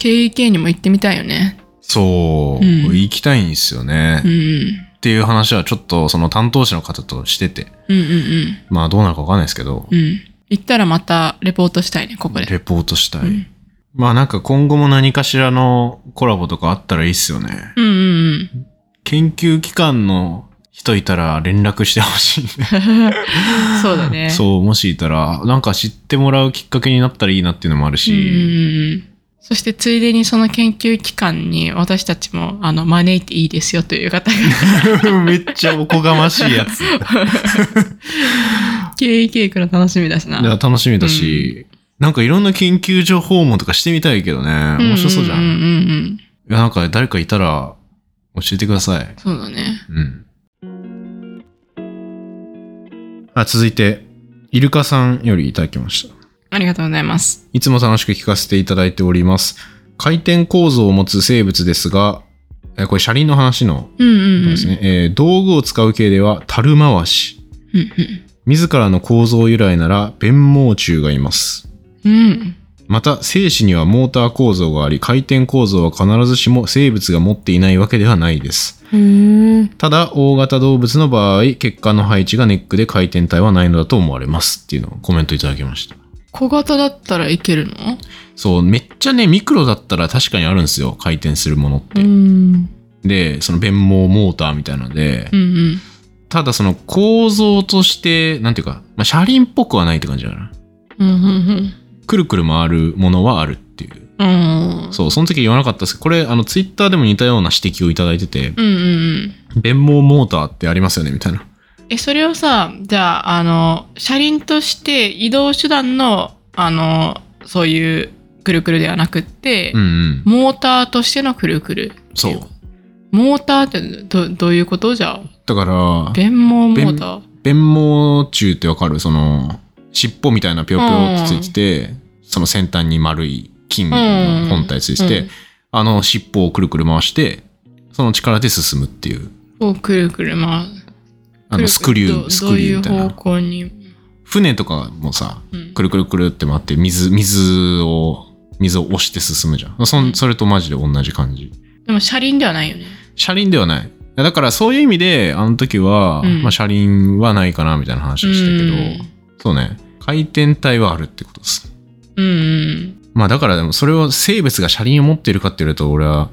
Speaker 2: KEK にも行ってみたいよね。
Speaker 1: そう、
Speaker 2: うん
Speaker 1: 行きたいんですよね、
Speaker 2: う
Speaker 1: っ
Speaker 2: ん。
Speaker 1: ていう話はちょっとその担当者の方としてて、
Speaker 2: うんうん
Speaker 1: まあどうなるかわかんないですけど、
Speaker 2: うん。うん。行ったらまたレポートしたいね、ここで。
Speaker 1: レポートしたい。
Speaker 2: うん
Speaker 1: まあなんか今後も何かしらのコラボとかあったらいいっすよね。
Speaker 2: うんうん
Speaker 1: 研究機関の人いたら連絡してほしいね。
Speaker 2: うん。そうだね。
Speaker 1: そう、もしいたら、なんか知ってもらうきっかけになったらいいなっていうのもある
Speaker 2: うんうん
Speaker 1: し、
Speaker 2: うん。そしてついでにその研究機関に私たちもあの招いていいですよという方が
Speaker 1: めっちゃおこがましいやつ。
Speaker 2: KEK 行くの楽しみだしな。
Speaker 1: だから楽しみだし、なんかいろんな研究所訪問とかしてみたいけどね。面白そうじゃん。
Speaker 2: うんうんうんうん。
Speaker 1: いや、なんか誰かいたら教えてください。
Speaker 2: そうだね。
Speaker 1: うん。あ続いて、イルカさんよりいただきました。
Speaker 2: ありがとうございます。
Speaker 1: いつも楽しく聞かせていただいております。回転構造を持つ生物ですが、えこれ車輪の話の
Speaker 2: うんうんうん。
Speaker 1: ですね、えー道具を使う系では樽回し。
Speaker 2: うんうん
Speaker 1: 自らの構造由来なら弁毛虫がいます。
Speaker 2: うん。
Speaker 1: また、精子にはモーター構造があり、回転構造は必ずしも生物が持っていないわけではないです。
Speaker 2: へえ。
Speaker 1: ただ、大型動物の場合、血管の配置がネックで回転体はないのだと思われます。っていうのをコメントいただきました。
Speaker 2: 小型だったらいけるの
Speaker 1: そう、めっちゃね、ミクロだったら確かにあるんですよ。回転するものって。
Speaker 2: ん。
Speaker 1: で、その弁毛モーターみたいなので、
Speaker 2: うんうん。
Speaker 1: ただその構造として、なんていうか、まあ、車輪っぽくはないって感じだな。
Speaker 2: うんうん
Speaker 1: くるくる回るものはあるっていう。
Speaker 2: うん。うん。
Speaker 1: そう、その時言わなかったですけど、これ、あの、ツイッターでも似たような指摘をいただいてて、
Speaker 2: うんうんうん。
Speaker 1: 弁毛モーターってありますよね、みたいな。
Speaker 2: え、それをさ、じゃあ、あの、車輪として移動手段の、あの、そういうくるくるではなくって、
Speaker 1: うんうん。
Speaker 2: モーターとしてのくるくる。
Speaker 1: そう。
Speaker 2: モーターってどどういうことじゃあ、
Speaker 1: だから、
Speaker 2: 弁毛モーター
Speaker 1: 弁毛虫ってわかるその、尻尾みたいなぴょぴょってついてて、その先端に丸い金の本体ついてて、
Speaker 2: うん
Speaker 1: あの尻尾をくるくる回して、その力で進むっていう、
Speaker 2: をくるくる
Speaker 1: あ
Speaker 2: 回す。くるく
Speaker 1: の
Speaker 2: る
Speaker 1: スクリュ
Speaker 2: ど
Speaker 1: ー、スクリューみたい
Speaker 2: どういう
Speaker 1: な
Speaker 2: 方。向に。
Speaker 1: 船とかもさ、
Speaker 2: うん
Speaker 1: くるくるくるって回って水、水を、水を押して進むじゃん。そんそれとマジで同じ感じ。
Speaker 2: でも車輪ではないよね。
Speaker 1: 車輪ではない。だからそういう意味で、あの時は、
Speaker 2: うん
Speaker 1: まあ車輪はないかなみたいな話をしたけ
Speaker 2: うん
Speaker 1: ど、そうね、回転体はあるってことです。
Speaker 2: うんうん。
Speaker 1: まあだからでもそれを生物が車輪を持っているかっていうと、俺は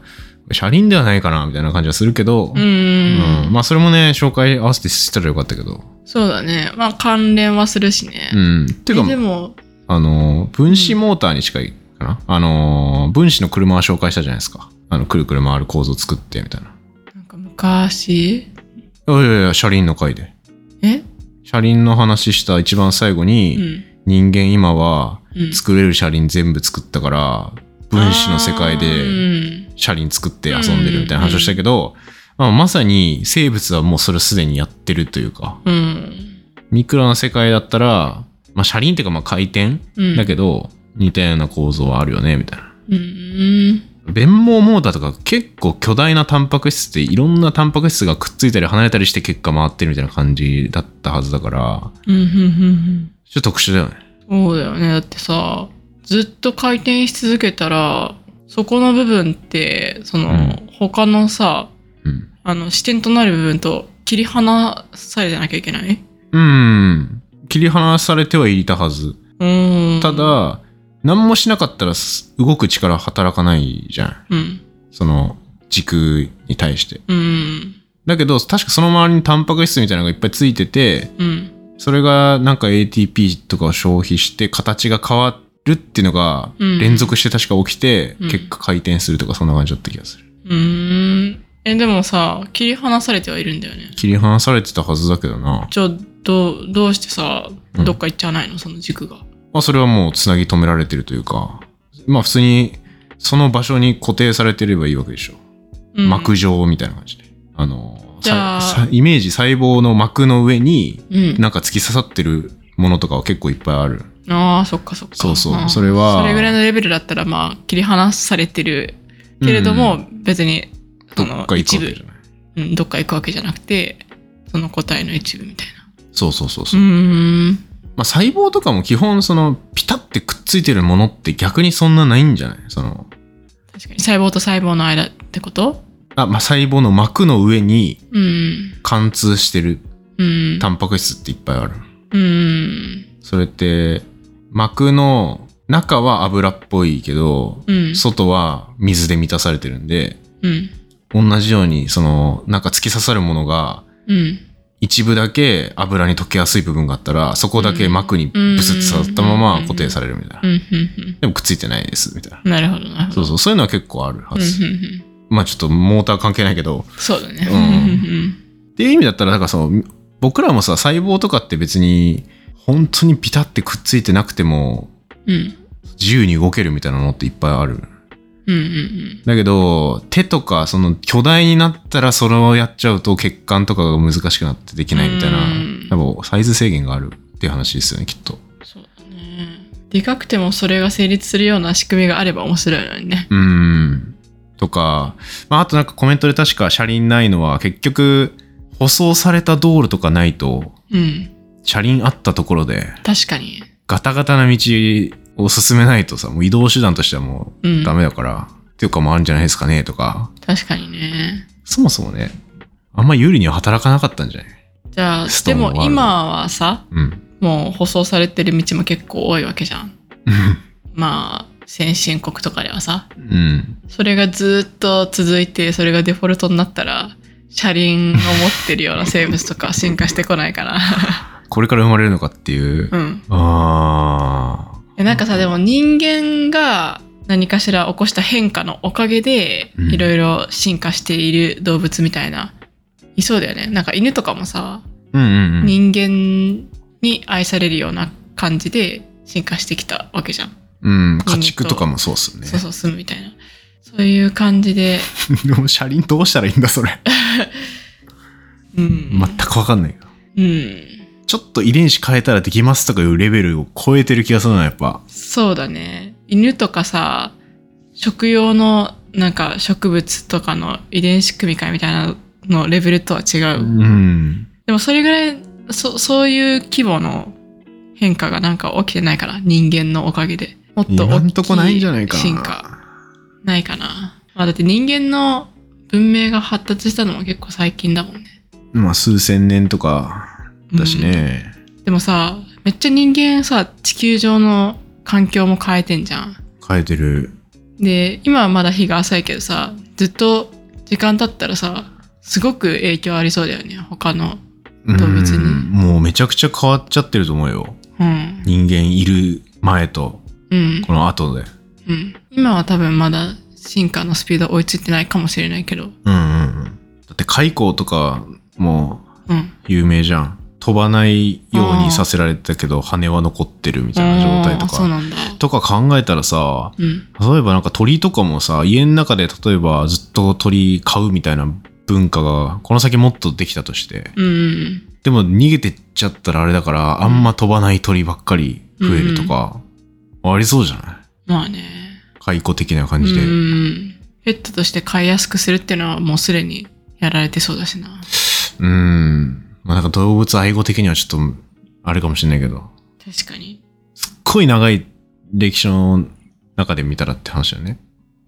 Speaker 1: 車輪ではないかなみたいな感じはするけど、
Speaker 2: うんうん、
Speaker 1: うんまあそれもね、紹介合わせてしたらよかったけど。
Speaker 2: そうだね。まあ関連はするしね。
Speaker 1: うん。てか
Speaker 2: え、でも、
Speaker 1: あの、分子モーターに近いかな。あの、分子の車は紹介したじゃないですか。あの、くるくる回る構造作ってみたいな。
Speaker 2: なんか昔、
Speaker 1: いやいやいや、車輪の回で。
Speaker 2: え
Speaker 1: 車輪の話した一番最後
Speaker 2: う
Speaker 1: に、
Speaker 2: ん。
Speaker 1: 人間今は
Speaker 2: うん
Speaker 1: 作れる車輪全部作ったから、分子の世界
Speaker 2: あー
Speaker 1: で
Speaker 2: うん
Speaker 1: 車輪作って遊んでるみたいな話をしたけど、まあ、まさに生物はもうそれをすでにやってるというか、
Speaker 2: うん
Speaker 1: ミクロな世界だったら、まあ、車輪っていうかまあ回転
Speaker 2: うん
Speaker 1: だけど、似たような構造はあるよね、みたいな。
Speaker 2: うん
Speaker 1: 弁毛モーターとか結構巨大なタンパク質っていろんなタンパク質がくっついたり離れたりして結果回ってるみたいな感じだったはずだから、
Speaker 2: うんうんうん
Speaker 1: ちょっと特殊だよね。
Speaker 2: うんそうだよねだってさずっと回転し続けたらそこの部分ってその、
Speaker 1: うん
Speaker 2: 他のさ
Speaker 1: うん。
Speaker 2: あの視点となる部分と切り離されてなきゃいけない
Speaker 1: うん。切り離されてはいたはず。
Speaker 2: うん
Speaker 1: ただ、何もしなかったらす動く力働かないじゃん。
Speaker 2: うん
Speaker 1: その軸に対して。
Speaker 2: うん
Speaker 1: だけど、確かその周りにタンパク質みたいなのがいっぱいついてて、
Speaker 2: うん
Speaker 1: それがなんか ATP とかを消費して形が変わるっていうのが
Speaker 2: うん
Speaker 1: 連続して確か起きて、
Speaker 2: うん
Speaker 1: 結果回転するとかそんな感じだった気がする。
Speaker 2: うんえでもさ切り離されてはいるんだよね
Speaker 1: 切り離されてたはずだけどな。
Speaker 2: じゃあどうどうしてさ
Speaker 1: うん
Speaker 2: どっか行っちゃわないのその軸が
Speaker 1: まあそれはもうつなぎ止められてるというか、まあ普通にその場所に固定されてればいいわけでしょ。
Speaker 2: うん
Speaker 1: 膜状みたいな感じで。あの、
Speaker 2: じゃあ
Speaker 1: ささイメージ細胞の膜の上に
Speaker 2: うん
Speaker 1: なんか突き刺さってるものとかは結構いっぱいある。
Speaker 2: ああそっかそっか
Speaker 1: そうそうんそれは
Speaker 2: それぐらいのレベルだったらまあ切り離されてるけれども、別に
Speaker 1: ど
Speaker 2: そ
Speaker 1: っ
Speaker 2: の
Speaker 1: か行く
Speaker 2: 一
Speaker 1: わけ
Speaker 2: 部
Speaker 1: じゃない。
Speaker 2: うんどっか行くわけじゃなくてその答えの一部みたいな
Speaker 1: そうそうそうそう
Speaker 2: う。ーん
Speaker 1: まあ、細胞とかも基本そのピタってくっついてるものって逆にそんなないんじゃないその
Speaker 2: 確かに細胞と細胞の間ってこと
Speaker 1: あ、まあ、細胞の膜の上に
Speaker 2: うん
Speaker 1: 貫通してる
Speaker 2: うん
Speaker 1: タンパク質っていっぱいある
Speaker 2: うん
Speaker 1: それって膜の中は油っぽいけど
Speaker 2: うん
Speaker 1: 外は水で満たされてるんで
Speaker 2: うん
Speaker 1: 同じようにそのなんか突き刺さるものが
Speaker 2: うん
Speaker 1: 一部だけ油に溶けやすい部分があったらそこだけ膜にブスッと刺さったまま固定されるみたいな
Speaker 2: うんう
Speaker 1: ん
Speaker 2: うん
Speaker 1: でもくっついてないですみたいな
Speaker 2: なるほどなるほ
Speaker 1: そ
Speaker 2: ど
Speaker 1: うそうそういうのは結構あるはず、
Speaker 2: うんうんうん
Speaker 1: まあちょっとモーター関係ないけど、
Speaker 2: そうだね
Speaker 1: うんっていう意味だったら、なんかその、僕らもさ、細胞とかって別に、本当にピタってくっついてなくても、
Speaker 2: うんうん
Speaker 1: 自由に動けるみたいなのっていっぱいある。
Speaker 2: うんうん
Speaker 1: だけど、手とか、その巨大になったらそれをやっちゃうと血管とかが難しくなってできないみたいな
Speaker 2: うん。
Speaker 1: 多分、細サイズ制限があるっていう話ですよね、きっと。
Speaker 2: そうだね。でかくてもそれが成立するような仕組みがあれば面白いのにね。
Speaker 1: うーん。とか、まあ、あとなんかコメントで確か車輪ないのは結局、舗装された道路とかないと、
Speaker 2: うん。
Speaker 1: 車輪あったところで、
Speaker 2: 確かに。
Speaker 1: ガタガタな道を進めないとさ、もう移動手段としてはも
Speaker 2: う。
Speaker 1: うんダメだから、っていうかもあるんじゃないですかね、とか。
Speaker 2: 確かにね。
Speaker 1: そもそもね、あんま有利には働かなかったんじゃない
Speaker 2: じゃあ
Speaker 1: ス、トー
Speaker 2: で
Speaker 1: ンワールド
Speaker 2: も今はさ、
Speaker 1: うん。
Speaker 2: もう舗装されてる道も結構多いわけじゃん。まあ、先進国とかではさ、
Speaker 1: うん。
Speaker 2: それがずっと続いて、それがデフォルトになったら、車輪を持ってるような生物とかは進化してこないから。
Speaker 1: これから生まれるのかっていう。
Speaker 2: うん。
Speaker 1: ああ。
Speaker 2: えなんかさ、でも人間が何かしら起こした変化のおかげで、
Speaker 1: うん
Speaker 2: いろいろ進化している動物みたいな、いそうだよね。なんか犬とかもさ、
Speaker 1: うんうんうん。
Speaker 2: 人間に愛されるような感じで進化してきたわけじゃん。
Speaker 1: うん。家畜とかもそうっすね。
Speaker 2: そうそう、住むみたいな。そういう感じで、
Speaker 1: でも車輪どうしたらいいんだ、 それ。
Speaker 2: うん。
Speaker 1: 全くわかんないけど。
Speaker 2: うん。
Speaker 1: ちょっと遺伝子変えたらできますとかいうレベルを超えてる気がするな、やっぱ。
Speaker 2: そうだね。犬とかさ、食用のなんか植物とかの遺伝子組み換えみたいなのレベルとは違
Speaker 1: う
Speaker 2: う。
Speaker 1: ん。
Speaker 2: でもそれぐらい、そそういう規模の変化がなんか起きてないから、人間のおかげで。もっと
Speaker 1: 今
Speaker 2: 大
Speaker 1: ん
Speaker 2: き
Speaker 1: とこないんじゃないか
Speaker 2: い
Speaker 1: な。
Speaker 2: 進化。ないかな。まあだって人間の文明が発達したのも結構最近だもんね。
Speaker 1: まあ、数千年とかだしね。
Speaker 2: でもさ、めっちゃ人間さ、地球上の環境も変えてんじゃん。
Speaker 1: 変えてる。
Speaker 2: で、今はまだ日が浅いけどさ、ずっと時間経ったらさ、すごく影響ありそうだよね、他の。
Speaker 1: うん
Speaker 2: 動物に
Speaker 1: もうめちゃくちゃ変わっちゃってると思うよ。
Speaker 2: うん。
Speaker 1: 人間いる前と、
Speaker 2: うん。
Speaker 1: この後で。
Speaker 2: うん。今は多分まだ進化のスピードは追いついてないかもしれないけど。
Speaker 1: うんうんうん。だって、蚕とかも
Speaker 2: うん。
Speaker 1: 有名じゃん。飛ばないようにさせられてたけど、羽は残ってるみたいな状態と
Speaker 2: あーそ
Speaker 1: か。
Speaker 2: うなんだ。
Speaker 1: とか考えたらさ、
Speaker 2: うん。
Speaker 1: 例えばなんか鳥とかもさ、家の中で例えばずっと鳥飼うみたいな文化が、この先もっとできたとして。
Speaker 2: うん。
Speaker 1: でも逃げてっちゃったらあれだから、あんま飛ばない鳥ばっかり増えるとか、ありそうじゃない
Speaker 2: まあね。
Speaker 1: 解雇的な
Speaker 2: う
Speaker 1: 感じで。
Speaker 2: ん。ペットとして飼いやすくするっていうのはもうすでにやられてそうだしな。
Speaker 1: うん。まあなんか動物愛護的にはちょっと、あれかもしれないけど、
Speaker 2: 確かに。
Speaker 1: すっごい長い歴史の中で見たらって話だよね。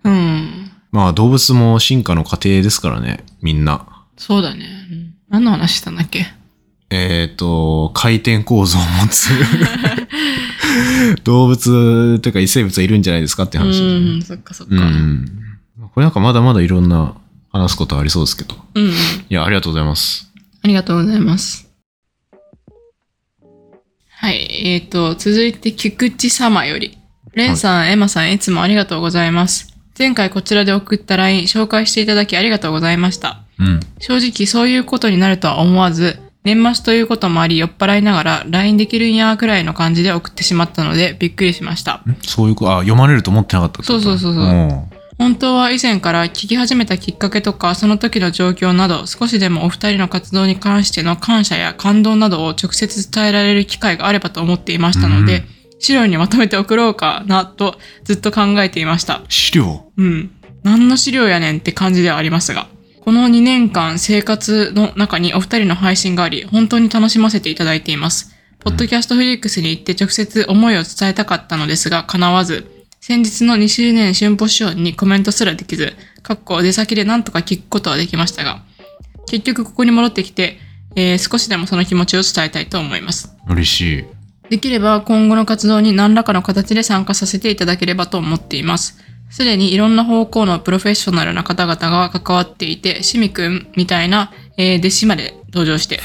Speaker 2: うん。
Speaker 1: まあ動物も進化の過程ですからね、みんな。
Speaker 2: そうだね。うん何の話したんだっけ
Speaker 1: えっ、と、回転構造を持 つ動物というか異生物はいるんじゃないですかって話です
Speaker 2: う
Speaker 1: ね。
Speaker 2: ん、そっかそっか。
Speaker 1: うん、これなんかまだまだいろんな話すことありそうですけど。
Speaker 2: うんうん。
Speaker 1: いや、ありがとうございます。
Speaker 2: ありがとうございます。はい。えっ、と、続いて、菊池様より。レンさん、エマさん、いつもありがとうございます。前回こちらで送った LINE、紹介していただきありがとうございました。
Speaker 1: うん。
Speaker 2: 正直、そういうことになるとは思わず、年末ということもあり、酔っ払いながら、LINE できるんやーくらいの感じで送ってしまったので、びっくりしました。
Speaker 1: そういうこと、あ、読まれると思ってなかったってこと
Speaker 2: そうそうそうそうん本当は以前から聞き始めたきっかけとか、その時の状況など、少しでもお二人の活動に関しての感謝や感動などを直接伝えられる機会があればと思っていましたの
Speaker 1: う
Speaker 2: で
Speaker 1: ん、
Speaker 2: 資料にまとめて送ろうかなとずっと考えていました。
Speaker 1: 資料。
Speaker 2: うん。何の資料やねんって感じではありますが。この2年間生活の中にお二人の配信があり、本当に楽しませていただいています。ポッドキャストフリークスに行って直接思いを伝えたかったのですが、叶わず、先日の2周年春ポシオンにコメントすらできず、かっこ出先で何とか聞くことはできましたが、結局ここに戻ってきて、えー少しでもその気持ちを伝えたいと思います。
Speaker 1: 嬉しい。
Speaker 2: できれば今後の活動に何らかの形で参加させていただければと思っています。すでにいろんな方向のプロフェッショナルな方々が関わっていて、シミ君みたいな、えー弟子まで登 場して、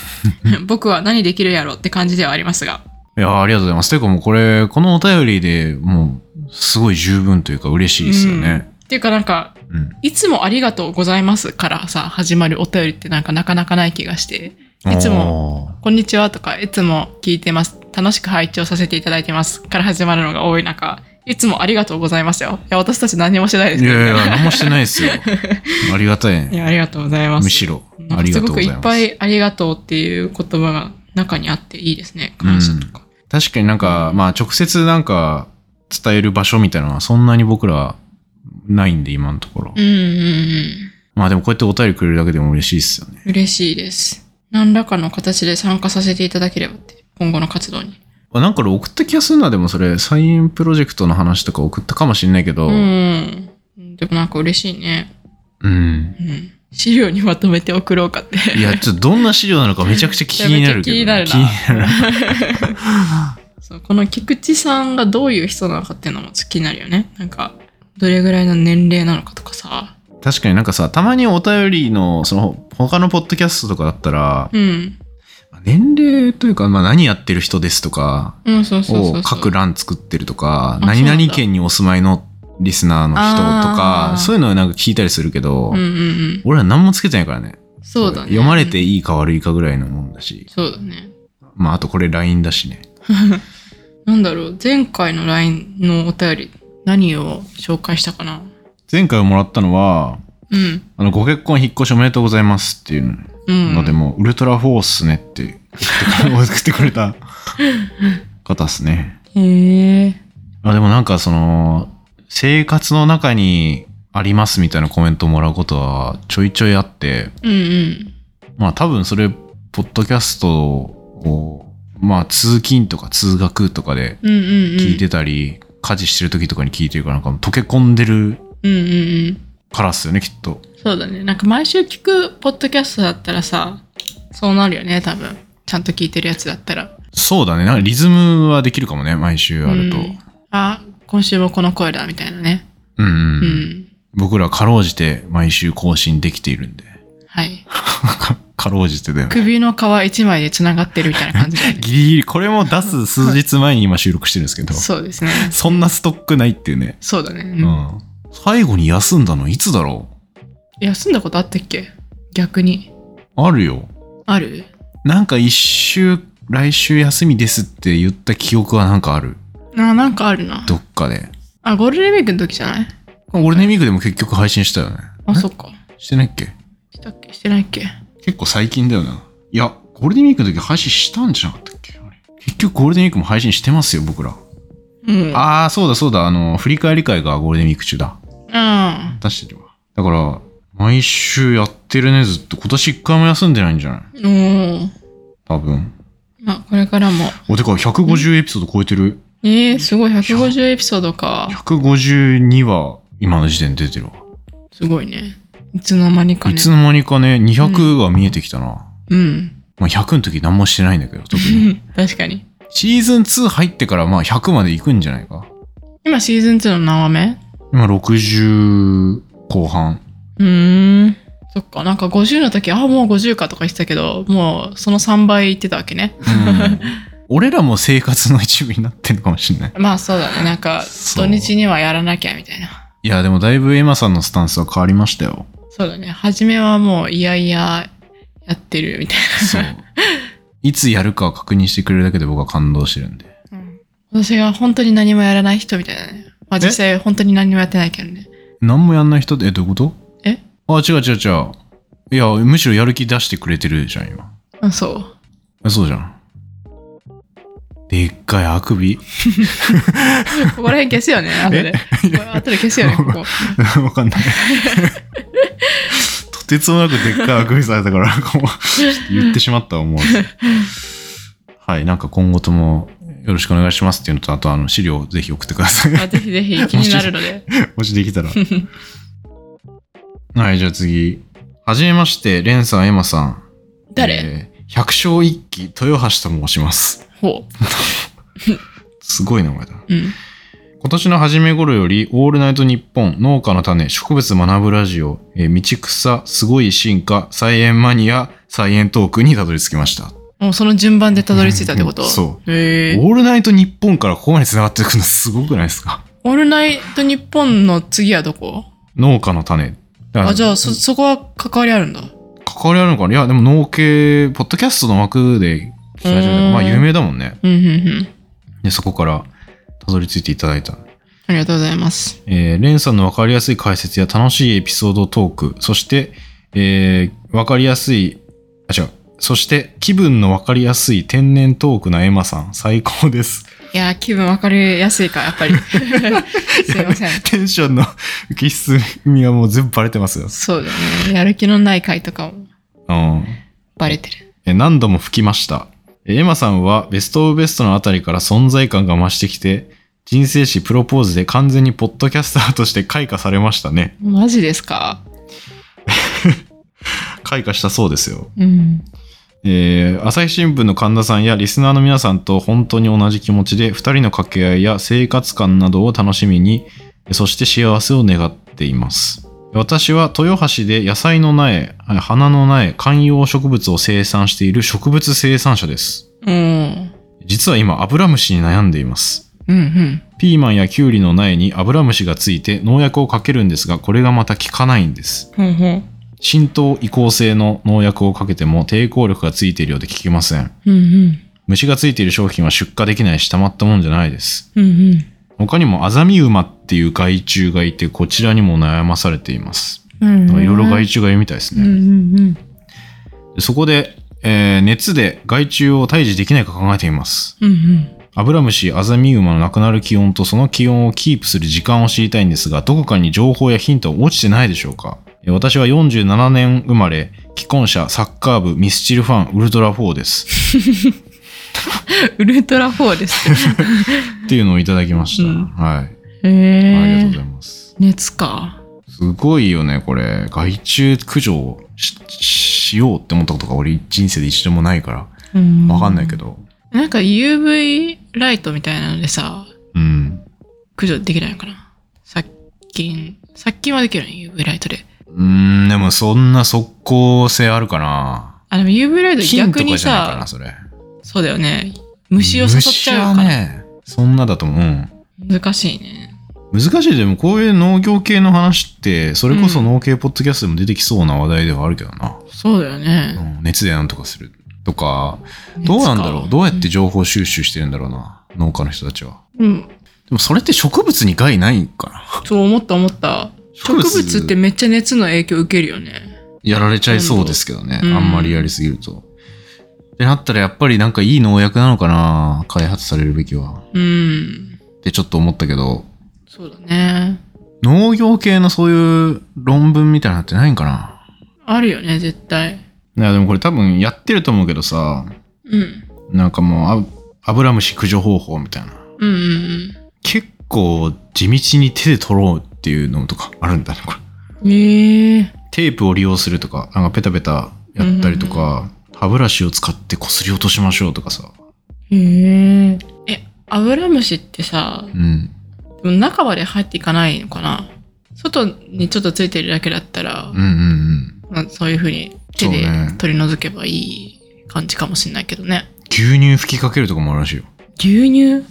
Speaker 2: 僕は何できるやろって感じではありますが。
Speaker 1: いや、ありがとうございます。ていうかもうこれ、このお便りでもう、すごい十分というか嬉しいですよね。
Speaker 2: っていうかなんか、
Speaker 1: うん。
Speaker 2: いつもありがとうございますからさ、始まるお便りってなんかなかなかない気がして、いつも、
Speaker 1: も。
Speaker 2: こんにちはとか、いつも聞いてます。楽しく拝聴させていただいてます。から始まるのが多い中、いつもありがとうございますよ。いや、私たち何もしてないです
Speaker 1: い
Speaker 2: けどね
Speaker 1: やいや、何もしてないです よ。ありがたい
Speaker 2: い。や、ありがとうございます。
Speaker 1: むしろ
Speaker 2: な、んか
Speaker 1: ありがとうございます。
Speaker 2: ごくいっぱいありがとうっていう言葉が中にあっていいですね。感謝とか。
Speaker 1: 確かになんか、まあ直接なんか伝える場所みたいなのはそんなに僕らないんで今のところ。
Speaker 2: うん、うん、
Speaker 1: まあでもこうやってお便りくれるだけでも嬉しいですよね。
Speaker 2: うん。嬉しいです。何らかの形で参加させていただければって、今後の活動に。
Speaker 1: あなんか俺送った気がするな、でもそれ、サインプロジェクトの話とか送ったかもしれないけど、
Speaker 2: うん。でもなんか嬉しいね。
Speaker 1: うん。
Speaker 2: うん。資料にまとめて送ろうかって。
Speaker 1: いや、ちょっとどんな資料なのかめちゃくちゃ気になるけど。
Speaker 2: いやめっちゃ気にな
Speaker 1: る な。
Speaker 2: そうこの菊池さんがどういう人なのかっていうのも気になるよねなんかどれぐらいの年齢なのかとかさ
Speaker 1: 確かになんかさ、たまにお便りの、その、他のポッドキャストとかだったら、
Speaker 2: うん
Speaker 1: 年齢というか、まあ何やってる人ですとか、
Speaker 2: うんそうそうそうそ
Speaker 1: を
Speaker 2: う
Speaker 1: 各欄作ってるとか、
Speaker 2: あ
Speaker 1: 何
Speaker 2: そうなん
Speaker 1: 々
Speaker 2: だ
Speaker 1: 県にお住まいのリスナーの人と
Speaker 2: あ
Speaker 1: か
Speaker 2: ー、
Speaker 1: そういうのをなんか聞いたりするけど、
Speaker 2: うんうんうん
Speaker 1: 俺ら何もつけてないからね。
Speaker 2: そうだね
Speaker 1: 読まれていいか悪いかぐらいのもんだし。
Speaker 2: そうだね
Speaker 1: まあ、あとこれ LINE だしね。
Speaker 2: なんだろう前回の LINE のお便り何を紹介したかな
Speaker 1: 前回もらったのは、
Speaker 2: うん
Speaker 1: あの、ご結婚引っ越しおめでとうございますっていう
Speaker 2: うん
Speaker 1: のでも、ウルトラフォースねって言ってくれ送ってくれた方っすね。
Speaker 2: へえ
Speaker 1: あでもなんかその生活の中にありますみたいなコメントをもらうことはちょいちょいあって
Speaker 2: うんうん
Speaker 1: まあ多分それポッドキャストをまあ通勤とか通学とかで
Speaker 2: うんうんうん
Speaker 1: 聞いてたり、家事してる時とかに聞いてるからなんか溶け込んでる
Speaker 2: うんうんうん
Speaker 1: からっすよねきっと
Speaker 2: そうだねなんか毎週聞くポッドキャストだったらさそうなるよね多分ちゃんと聞いてるやつだったら
Speaker 1: そうだねなんかリズムはできるかもね毎週あると、う
Speaker 2: うんん、あ今週もこの声だみたいなね
Speaker 1: うん
Speaker 2: う、
Speaker 1: うんん、僕らかろうじて毎週更新できているんで
Speaker 2: はい
Speaker 1: かろうじてだよね
Speaker 2: 首の皮一枚でつながってるみたいな感じ だよね
Speaker 1: ギリギリ、これも出す数日前に今収録してるんですけど、
Speaker 2: そうですね
Speaker 1: そんなストックないっていうね。
Speaker 2: そうだね、う
Speaker 1: うんん。最後に休んだのいつだろ
Speaker 2: 休んだことあったっけ逆に
Speaker 1: うあるよ。
Speaker 2: ある
Speaker 1: なんか一週、来週休みですって言った記憶はなんかある。
Speaker 2: あなんかあるな
Speaker 1: どっかで。
Speaker 2: あゴールデンウィークの時じゃない
Speaker 1: ゴールデンウィークでも結局配信したよね。
Speaker 2: あそ
Speaker 1: っ
Speaker 2: っか
Speaker 1: してないっけ
Speaker 2: したっけしてないっけ
Speaker 1: 結構最近だよな。いや、ゴールデンウィークの時配信したんじゃなかったっけあれ結局ゴールデンウィークも配信してますよ、僕ら。
Speaker 2: うん
Speaker 1: あー、そうだそうだ。あの、振り返り会がゴールデンウィーク中だ。
Speaker 2: うん
Speaker 1: 出してるわ。だから、毎週やってるね、ずっと。今年一回も休んでないんじゃない
Speaker 2: おー
Speaker 1: 多分。
Speaker 2: まあこれからも
Speaker 1: お、てか、150エピソード超えてる。
Speaker 2: えー、すごい150エピソードか
Speaker 1: 152は、今の時点で出てるわ。
Speaker 2: すごいねいつの間にか
Speaker 1: い
Speaker 2: ね
Speaker 1: つの間にかね、200は見えてきたな。
Speaker 2: うん
Speaker 1: まあ、100の時何もしてないんだけど、特に。
Speaker 2: 確かに
Speaker 1: シーズン2入ってから、まあ、100まで行くんじゃないか。
Speaker 2: 今シーズン2の何話目
Speaker 1: 今、60後半。
Speaker 2: うーん。そっか、なんか50の時、あ、もう50かとか言ってたけど、もうその3倍言ってたわけね。
Speaker 1: うん、俺らも生活の一部になってるのかもしれない。
Speaker 2: まあそうだね、なんか
Speaker 1: そ
Speaker 2: 土
Speaker 1: う
Speaker 2: 日にはやらなきゃみたいな。
Speaker 1: いや、でもだいぶエマさんのスタンスは変わりましたよ。
Speaker 2: そうだね、初めはもういやいややってるみたい
Speaker 1: そう。いつやるかを確認してくれるだけで僕は感動してるんで。
Speaker 2: な。私が本当に何もやらない人みたいなね。まあ
Speaker 1: え
Speaker 2: 実際本当に何もやってないけどね。
Speaker 1: 何もやんない人って、え、どういうこと
Speaker 2: え
Speaker 1: あ、違う違う違う。いや、むしろやる気出してくれてるじゃん、今。
Speaker 2: あそう。
Speaker 1: えそうじゃん。でっかいあくび。
Speaker 2: ここら辺消すよね、後で。これ後で消 すよね、ここ。
Speaker 1: わかんない。 とてつもなくでっかいあくびされたから、 こう言ってしまったわ思う。はい、なんか今後ともよろしくお願いしますっていうのと、あとあの資料をぜひ送ってください。
Speaker 2: まあぜひ ぜひ気になるので。
Speaker 1: もしできたら。 はい、じゃあ次。はじめまして、レンさん、エマさん。
Speaker 2: 誰
Speaker 1: えー百姓一揆、豊橋と申します。
Speaker 2: ほ
Speaker 1: すごい名前だ。
Speaker 2: う。うん。
Speaker 1: 今年の初め頃より、オールナイト日本、農家の種、植物学ぶラジオ、えー道草、すごい進化、菜園マニア、菜園トークにたどり着きました。
Speaker 2: もうその順番でたどり着いたってこと。
Speaker 1: うんそう
Speaker 2: へえ。
Speaker 1: オールナイト日本からここまで繋がってくるのすごくないですか
Speaker 2: オールナイトニッポンの次はどこ
Speaker 1: 農家の種。だから
Speaker 2: あ、じゃあそ、そこは関わりあるんだ。
Speaker 1: 関わりあるのかないや、でも農系、ポッドキャストの枠で聞き始めた
Speaker 2: う
Speaker 1: の
Speaker 2: ん
Speaker 1: まあ有名だもんね。
Speaker 2: うん、うん、うん。
Speaker 1: で、そこからたどり着いていただいた。
Speaker 2: ありがとうございます。
Speaker 1: えーレンさんの分かりやすい解説や楽しいエピソードトーク、そして、えー分かりやすい、あ、違う、そして気分のわかりやすい天然トークなエマさん、最高です。
Speaker 2: いやー、気分分かりやすいか、やっぱ り。すいません。
Speaker 1: テンションの浮き沈みがもう全部バレてますよ。
Speaker 2: そうだね。やる気のない回とかも
Speaker 1: うん。
Speaker 2: バレてる。
Speaker 1: え何度も吹きました。えエマさんはベストオブベストのあたりから存在感が増してきて、人生史プロポーズで完全にポッドキャスターとして開花されましたね。
Speaker 2: マジですか
Speaker 1: 開花したそうですよ。
Speaker 2: うん。
Speaker 1: えー朝日新聞の神田さんやリスナーの皆さんと本当に同じ気持ちで、二人の掛け合いや生活感などを楽しみに、そして幸せを願っています。私は豊橋で野菜の苗、花の苗、観葉植物を生産している植物生産者です。
Speaker 2: うん。
Speaker 1: 実は今、アブラムシに悩んでいます。
Speaker 2: うんうん。
Speaker 1: ピーマンやキュウリの苗にアブラムシがついて農薬をかけるんですが、これがまた効かないんです。
Speaker 2: ほんほん。
Speaker 1: 浸透移行性の農薬をかけても抵抗力がついているようで効きません。
Speaker 2: うんうん。
Speaker 1: 虫がついている商品は出荷できないし、たまったもんじゃないです。
Speaker 2: うんうん。
Speaker 1: 他にもアザミウマっていう害虫がいて、こちらにも悩まされています。
Speaker 2: うん
Speaker 1: なんかいろいろ害
Speaker 2: 虫
Speaker 1: 虫がいるみたいです
Speaker 2: うん
Speaker 1: ね。
Speaker 2: うん
Speaker 1: そこで、えー熱で害虫を退治できないか考えています。
Speaker 2: うん。うん
Speaker 1: アブラムシ、アザミウマの亡くなる気温とその気温をキープする時間を知りたいんですが、どこかに情報やヒントは落ちてないでしょうかえ私は47年生まれ、既婚者、サッカー部、ミスチルファン、ウルトラ4です。
Speaker 2: ウルトラ4です。
Speaker 1: っていうのをいただきました。
Speaker 2: うん
Speaker 1: はい。
Speaker 2: へ
Speaker 1: ありがとう
Speaker 2: え
Speaker 1: ござ。います。
Speaker 2: 熱か。
Speaker 1: すごいよね、これ。害虫駆除をししようって思ったことが俺人生で一度もないから、わ
Speaker 2: わ
Speaker 1: かんないけ。ど。
Speaker 2: なんか UV ライトみたいなのでさ、
Speaker 1: うん。
Speaker 2: 駆除できないのかな殺菌。殺菌はできるね、UV ライトで。
Speaker 1: うーん、でもそんな即効性あるかな
Speaker 2: あ、でも UV ライト
Speaker 1: 金
Speaker 2: 逆
Speaker 1: と
Speaker 2: に
Speaker 1: かじゃないか
Speaker 2: さ
Speaker 1: な、、それ。
Speaker 2: そうだよね。虫を誘っちゃうから、
Speaker 1: 虫はねそんなだと思う、
Speaker 2: 難しいね。
Speaker 1: うん難しいでもこういう農業系の話ってそれこそ農系ポッドキャストでも出てきそうな話題ではあるけどな、
Speaker 2: そうだよ
Speaker 1: う
Speaker 2: ね。
Speaker 1: ん熱でなんとかするとかどうなんだろうどうやって情報収集してるんだろうな農家の人たちは
Speaker 2: うん。
Speaker 1: でもそれって植物に害ないんかな
Speaker 2: そう思った思った。植物ってめっちゃ熱の影響受けるよね。
Speaker 1: やられちゃいそうですけどね、
Speaker 2: うん
Speaker 1: あんまりやりすぎるとってなったらやっぱりなんかいい農薬なのかな開発されるべきは
Speaker 2: うん。
Speaker 1: ってちょっと思ったけど
Speaker 2: そうだね。
Speaker 1: 農業系のそういう論文みたいなのってないんかな
Speaker 2: あるよね、絶対。
Speaker 1: いやでもこれ多分やってると思うけどさ
Speaker 2: うん。
Speaker 1: なんかもうあアブラムシ駆除方法みたいな
Speaker 2: うんうん
Speaker 1: 結構地道に手で取ろうっていうのとかあるんだねこれ
Speaker 2: うん。ええ
Speaker 1: テープを利用するとかなんかペタペタやったりとか、歯ブラシを使ってこすり落としましょうとかさ
Speaker 2: へえ。え、アブラムシってさ、
Speaker 1: うん
Speaker 2: 中まで入っていかないのかな外にちょっとついてるだけだったら、
Speaker 1: うんうんうん
Speaker 2: まあそういうふうに手で
Speaker 1: そうね
Speaker 2: 取り除けばいい感じかもしれないけどね。
Speaker 1: 牛乳吹きかけるとかもあるらしいよ
Speaker 2: 牛乳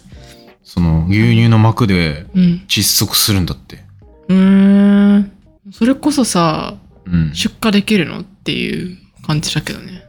Speaker 1: その牛乳の膜で
Speaker 2: うん。
Speaker 1: 窒息するんだって
Speaker 2: うーん。それこそさ、
Speaker 1: うん
Speaker 2: 出荷できるのっていう感じだけどね。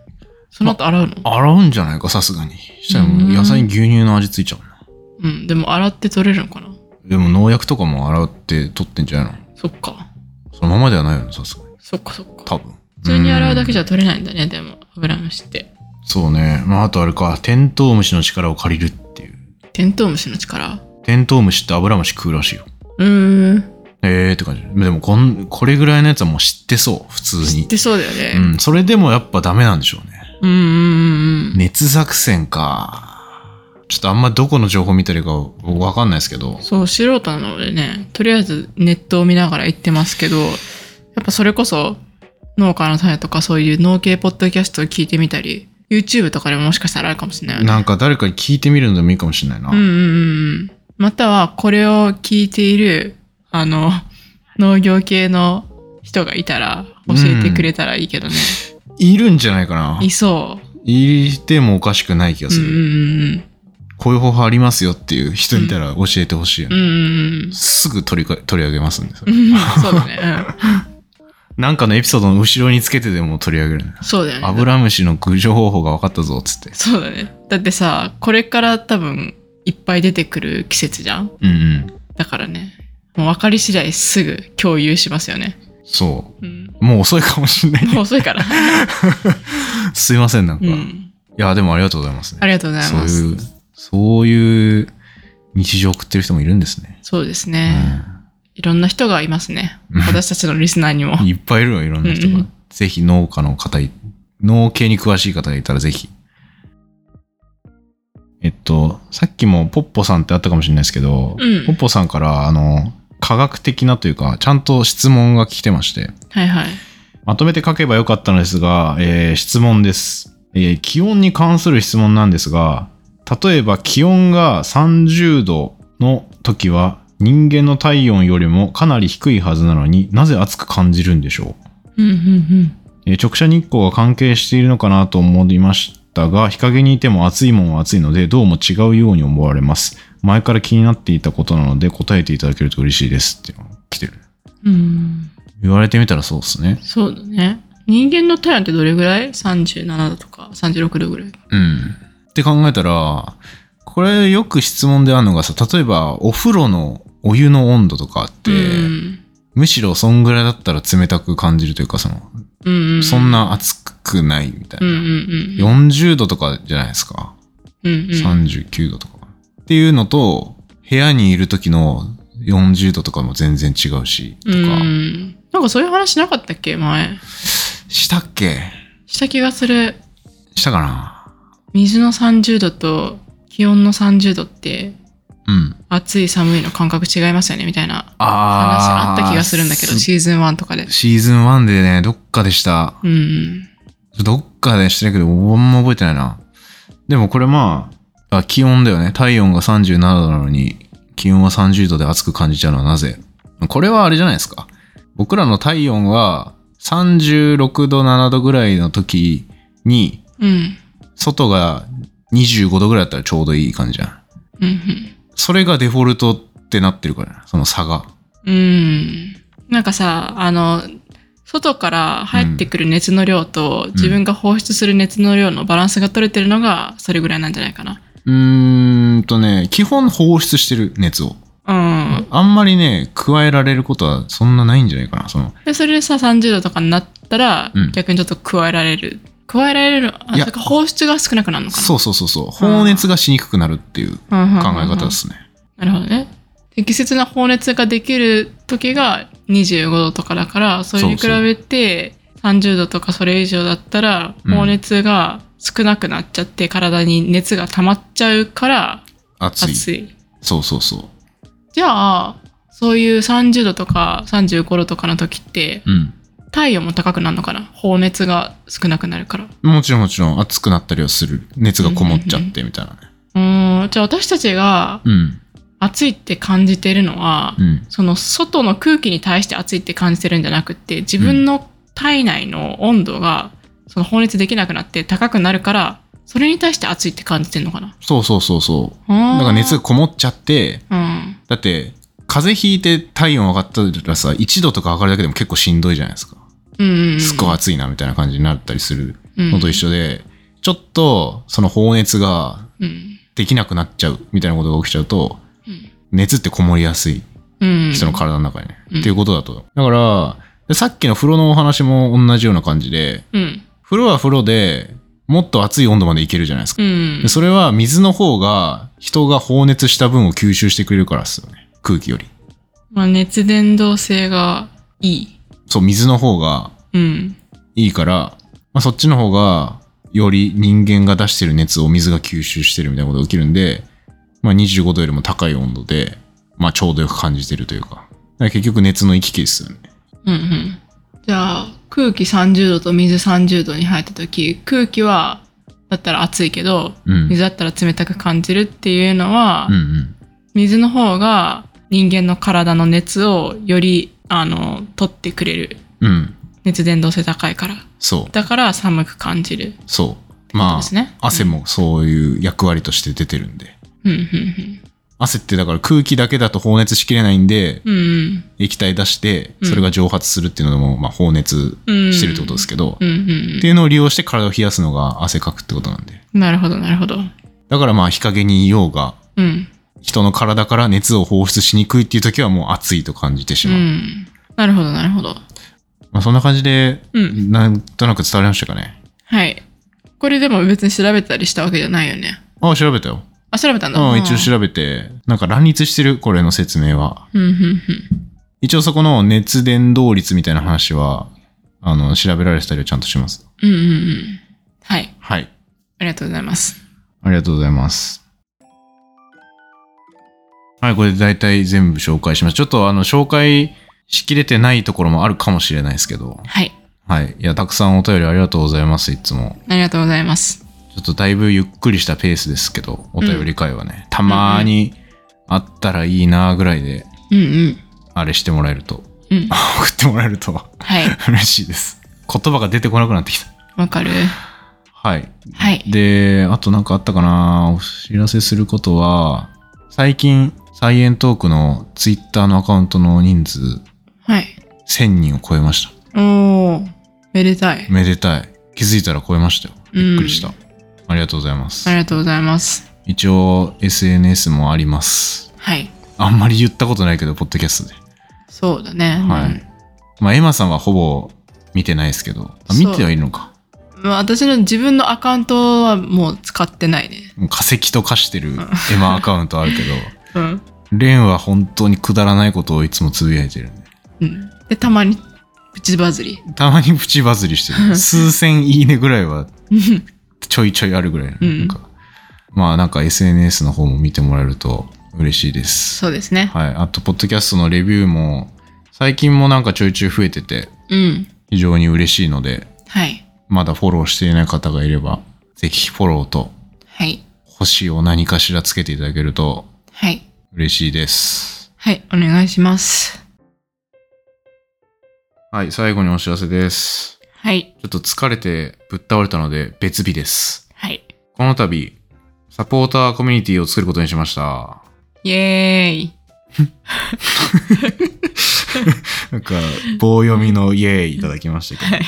Speaker 2: その後洗うの、
Speaker 1: 洗うんじゃないかさすがにしたらもう野菜に牛乳の味ついちゃうな
Speaker 2: うん。でも洗って取れるのかな
Speaker 1: でも農薬とかも洗って取ってんじゃないの
Speaker 2: そっか。
Speaker 1: そのままではないよね、さすがに。
Speaker 2: そっかそっか。
Speaker 1: 多分。
Speaker 2: 普通に洗うだけじ
Speaker 1: ゃ。
Speaker 2: ゃ取れないんだね、でも、アブラムシって。
Speaker 1: そうね。まあ、あとあれか、テントウムシの力を借りるっていう。
Speaker 2: テントウムシの力
Speaker 1: テントウムシってアブラムシ食うらしいよ。
Speaker 2: うーん。
Speaker 1: えーって感じ。でもこん、これぐらいのやつはもう知ってそう、普通
Speaker 2: 知っ
Speaker 1: に。
Speaker 2: てそうだよね。
Speaker 1: うん、それでもやっぱダメなんでしょうね。
Speaker 2: うんうんうん。
Speaker 1: 熱作戦か。ちょっとあんまどこの情報見てるかわかんないですけど。
Speaker 2: そう、素人なのでね、とりあえずネットを見ながら行ってますけど、やっぱそれこそ農家の種とかそういう農系ポッドキャストを聞いてみたり、YouTube とかでももしかしたらあるかもしれないよね。
Speaker 1: なんか誰かに聞いてみるのでもいいかもしれないな。
Speaker 2: うんうんうん。またはこれを聞いている、あの、農業系の人がいたら教えてくれたらいいけどね。。
Speaker 1: いるんじゃないかない
Speaker 2: そ
Speaker 1: いてもおかしくない気が
Speaker 2: う。う
Speaker 1: す
Speaker 2: んう
Speaker 1: る。
Speaker 2: ん
Speaker 1: こういう方法ありますよっていう人いたら教えてほしいよね
Speaker 2: うん。うんうんうん。
Speaker 1: すぐ取りか取り上げますんで、それ
Speaker 2: うんそうだね。
Speaker 1: なんかのエピソードの後ろにつけてでも取り上げるね
Speaker 2: うんそう だよね。
Speaker 1: アブラムシの駆除方法が分かったぞ、つって。
Speaker 2: そうだね。だってさ、これから多分いっぱい出てくる季節じゃん
Speaker 1: うんうん。
Speaker 2: だからね、もう分かり次第すぐ共有しますよね。
Speaker 1: そ
Speaker 2: うん。
Speaker 1: う。もう遅いかもしれない。
Speaker 2: もう遅いから。
Speaker 1: すいません、なんか。
Speaker 2: う
Speaker 1: い
Speaker 2: ん。
Speaker 1: や、でもありがとうございますね
Speaker 2: あ。りがとうござい
Speaker 1: そう
Speaker 2: ます。そう
Speaker 1: いう、そういう日常を送ってる人もいるんですね。
Speaker 2: ですね、いろんな人がいますね
Speaker 1: うん。
Speaker 2: 私たちのリスナーに も
Speaker 1: うん。いっぱいいるよ、いろんな人
Speaker 2: うんう
Speaker 1: が
Speaker 2: ん。
Speaker 1: ぜひ農家の方い、農系に詳しい方がいたらぜひ。えっと、さっきもポッポさんってあったかもしれないですけど、
Speaker 2: うん
Speaker 1: ポッポさんから、あの、科学的なというか、ちゃんと質問が来てまして、
Speaker 2: はいはい。
Speaker 1: まとめて書けばよかったのですが、えー質問です、えー気温に関する質問なんですが、例えば気温が30度の時は人間の体温よりもかなり低いはずなのになぜ暑く感じるんでしょう、
Speaker 2: うんうんうん。
Speaker 1: えー直射日光が関係しているのかなと思いましたが、日陰にいても暑いもんは暑いのでどうも違うように思われます。前から気になっていたことなので答えていただけると嬉しいですっていうのが来てる。
Speaker 2: うん。
Speaker 1: 言われてみたらそうですね。
Speaker 2: そうだね。人間の体温ってどれぐらい ?37 度とか36度ぐらい。
Speaker 1: うん。って考えたら、これよく質問であるのがさ、例えばお風呂のお湯の温度とかって、
Speaker 2: うん
Speaker 1: むしろそんぐらいだったら冷たく感じるというか、その、
Speaker 2: うんうん、
Speaker 1: そんな熱くないみたい
Speaker 2: うんう
Speaker 1: な。
Speaker 2: ん
Speaker 1: 40度とかじゃないですか。
Speaker 2: うんうんうん
Speaker 1: 39度とか。っていうのと、部屋にいる時の40度とかも全然違うし、と
Speaker 2: う
Speaker 1: か。
Speaker 2: んなんかそういう話なかったっけ前
Speaker 1: したっけ
Speaker 2: した気がする
Speaker 1: したかな
Speaker 2: 水の30度と気温の30度って
Speaker 1: うん。
Speaker 2: 暑い寒いの感覚違いますよねみたいな話
Speaker 1: あ
Speaker 2: あった気がするんだけど
Speaker 1: シ
Speaker 2: シーズン1とかで
Speaker 1: ーズン1でね、どっかでした。
Speaker 2: うん
Speaker 1: どっかでしてるけど、あんま覚えてないな。でもこれまあ、あ気温だよね。体温が37度なのに、気温は30度で暑く感じちゃうのはなぜこれはあれじゃないですか。僕らの体温は36度、7度ぐらいの時に、
Speaker 2: うん
Speaker 1: 外が25度ぐらいだったらちょうどいい感じじゃん。
Speaker 2: うん
Speaker 1: それがデフォルトってなってるから、その差が。
Speaker 2: うんうんなんかさあの外から入ってくる熱の量と、自分が放出する熱の量のバランスが取れてるのがそれぐらいなんじゃないかな
Speaker 1: うーんとね、基本放出してる熱を。
Speaker 2: うん、
Speaker 1: あんまりね、加えられることはそんなないんじゃないかな。その、
Speaker 2: でそれでさ30度とかになったら、
Speaker 1: うん
Speaker 2: 逆にちょっと加えられる加えられるのあ
Speaker 1: いや
Speaker 2: そっか放出が少なくなるのかな
Speaker 1: そうそうそうそう。放熱がしにくくなるっていう考
Speaker 2: 考え
Speaker 1: え方ですね。
Speaker 2: なるほどね適切な放熱ができる時が25度とかだからそれに比べて30度とかそれ以上だったら
Speaker 1: うん
Speaker 2: 放熱が少なくなっちゃって、体に熱が溜まっちゃうから
Speaker 1: 暑い。
Speaker 2: 暑い
Speaker 1: そうそうそう。
Speaker 2: じゃあそういう30度とか35度とかの時って
Speaker 1: うん。
Speaker 2: 体温も高くなるのかな放熱が少なくなるから
Speaker 1: もちろんもちろん暑くなったりはする。熱がこもっちゃってみたいなね。
Speaker 2: うーんじゃあ私たちが
Speaker 1: うん。
Speaker 2: 暑いって感じてるのは、
Speaker 1: うん。
Speaker 2: その外の空気に対して暑いって感じてるんじゃなくて自分の体内の温度がその放熱できなくなって高くなるからそれに対して暑いって感じてるのかな
Speaker 1: そうそうそうそう。だ
Speaker 2: だ
Speaker 1: から熱がこもっちゃって、
Speaker 2: うん
Speaker 1: だって、風邪ひいて体温上がったらさ、1度とか上がるだけでも結構しんどいじゃないですか。
Speaker 2: うんうんうん
Speaker 1: すっごい暑いなみたいな感じになったりするの
Speaker 2: 本
Speaker 1: と一緒で、ちょっとその放熱が
Speaker 2: うん
Speaker 1: できなくなっちゃうみたいなことが起きちゃうと、
Speaker 2: うん
Speaker 1: 熱ってこもりやすい
Speaker 2: うん
Speaker 1: 人の体の中にね。
Speaker 2: うん
Speaker 1: っていうことだと。だからで、さっきの風呂のお話も同じような感じで、
Speaker 2: うん
Speaker 1: 風呂は風呂でもっと熱い温度までいけるじゃないですか。
Speaker 2: うん
Speaker 1: でそれは水の方が人が放熱した分を吸収してくれるからですよね。空気より。
Speaker 2: まあ、熱伝導性がいい
Speaker 1: そう、水の方が
Speaker 2: うん
Speaker 1: いいから、まあ、そっちの方がより人間が出してる熱を水が吸収してるみたいなことが起きるんで、まあ、25度よりも高い温度で、まあ、ちょうどよく感じてるというか。だから結局熱の行き来ですよね。
Speaker 2: うんうんじゃあ空気30度と水30度に入った時空気はだったら暑いけど
Speaker 1: うん。
Speaker 2: 水だったら冷たく感じるっていうのは、
Speaker 1: うんうん。
Speaker 2: 水の方が人間の体の熱をよりあの取ってくれる
Speaker 1: うん。
Speaker 2: 熱伝導性高いから
Speaker 1: そう。
Speaker 2: だから寒く感じる
Speaker 1: そう。ま
Speaker 2: で
Speaker 1: あ、
Speaker 2: すね、
Speaker 1: 汗もそういう役割として出てるんで。
Speaker 2: うんうん
Speaker 1: 汗ってだから空気だけだと放熱しきれないんで、
Speaker 2: うんうん
Speaker 1: 液体出して、
Speaker 2: うん
Speaker 1: それが蒸発するっていうのも、まあ、放熱
Speaker 2: うん
Speaker 1: してるってことですけど、
Speaker 2: うんうん
Speaker 1: っていうのを利用して体を冷やすのが汗かくってことなんで。
Speaker 2: うんなるほどなるほど
Speaker 1: だからまあ、日陰にいようが、
Speaker 2: うん
Speaker 1: 人の体から熱を放出しにくいっていう時はもう暑いと感じてし
Speaker 2: う
Speaker 1: まう。
Speaker 2: んなるほどなるほど
Speaker 1: まあ、そんな感じで、
Speaker 2: うん
Speaker 1: なんとなく伝わりましたかね。
Speaker 2: はいこれでも別に調べたりしたわけじゃないよね。
Speaker 1: あ、調べたよ。
Speaker 2: あ、調べたんだ。
Speaker 1: うん、一応調べて、なんか乱立してる、これの説明は。
Speaker 2: うん、うん、うん。
Speaker 1: 一応そこの熱伝導率みたいな話は、あの、調べられてたりはちゃんとします。
Speaker 2: うん、うん、うん。はい。
Speaker 1: はい。
Speaker 2: ありがとうございます。
Speaker 1: ありがとうございます。はい、これで大体全部紹介します。ちょっとあの、紹介しきれてないところもあるかもしれないですけど。
Speaker 2: はい。
Speaker 1: はい。いや、たくさんお便りありがとうございます、いつも。
Speaker 2: ありがとうございます。
Speaker 1: ちょっとだいぶゆっくりしたペースですけど、お便り会はね、たまーにあったらいいなーぐらいで、
Speaker 2: うん、うん。
Speaker 1: あれしてもらえると、
Speaker 2: うん。
Speaker 1: 送ってもらえると
Speaker 2: はい。
Speaker 1: 嬉しいです。言葉が出てこなくなってきた。
Speaker 2: わかる
Speaker 1: はい。
Speaker 2: はい。
Speaker 1: で、あとなんかあったかなお知らせすることは、最近、サイエントークのツイッターのアカウントの人数、
Speaker 2: はい。
Speaker 1: 1000人を超えまし
Speaker 2: おー。めでたい
Speaker 1: た。。めでたい。気づいたら超えましたよ。びっくりした。ありがとうございます
Speaker 2: あり。がとうございます。
Speaker 1: 一応、SNS もあります。
Speaker 2: はい。
Speaker 1: あんまり言ったことないけど、ポッドキャストで。
Speaker 2: そうだね。
Speaker 1: はい。まあ、エマさんはほぼ見てないですけど、あ
Speaker 2: そう
Speaker 1: 見てはいるのか。
Speaker 2: うん。まあ私の自分のアカウントはもう使ってないね。
Speaker 1: もう化石と化してるエマアカウントある けど、
Speaker 2: うん。
Speaker 1: レンは本当にくだらないことをいつもつぶやいてるんで。
Speaker 2: うん。で、たまに、プチバズり。
Speaker 1: たまにプチバズりしてる。数千いいねぐらいは ちょいちょいあるぐらい。
Speaker 2: うん
Speaker 1: なんかまあなんか SNS の方も見てもらえると嬉しいです。
Speaker 2: そうですね。
Speaker 1: はい。あと、ポッドキャストのレビューも最近もなんかちょいちょい増えてて
Speaker 2: うん。
Speaker 1: 非常に嬉しいので、
Speaker 2: はい。
Speaker 1: まだフォローしていない方がいれば、ぜひフォローと
Speaker 2: はい。
Speaker 1: 星を何かしらつけていただけると
Speaker 2: はい。
Speaker 1: 嬉しいです。
Speaker 2: はい。お願いします。
Speaker 1: はい、最後にお知らせです。
Speaker 2: はい。
Speaker 1: ちょっと疲れてぶっ倒れたので別日です。
Speaker 2: はい。
Speaker 1: この度、サポーターコミュニティを作ることにしました。
Speaker 2: イエーイ。
Speaker 1: なんか、棒読みのイエーイいただきましたけど。
Speaker 2: はい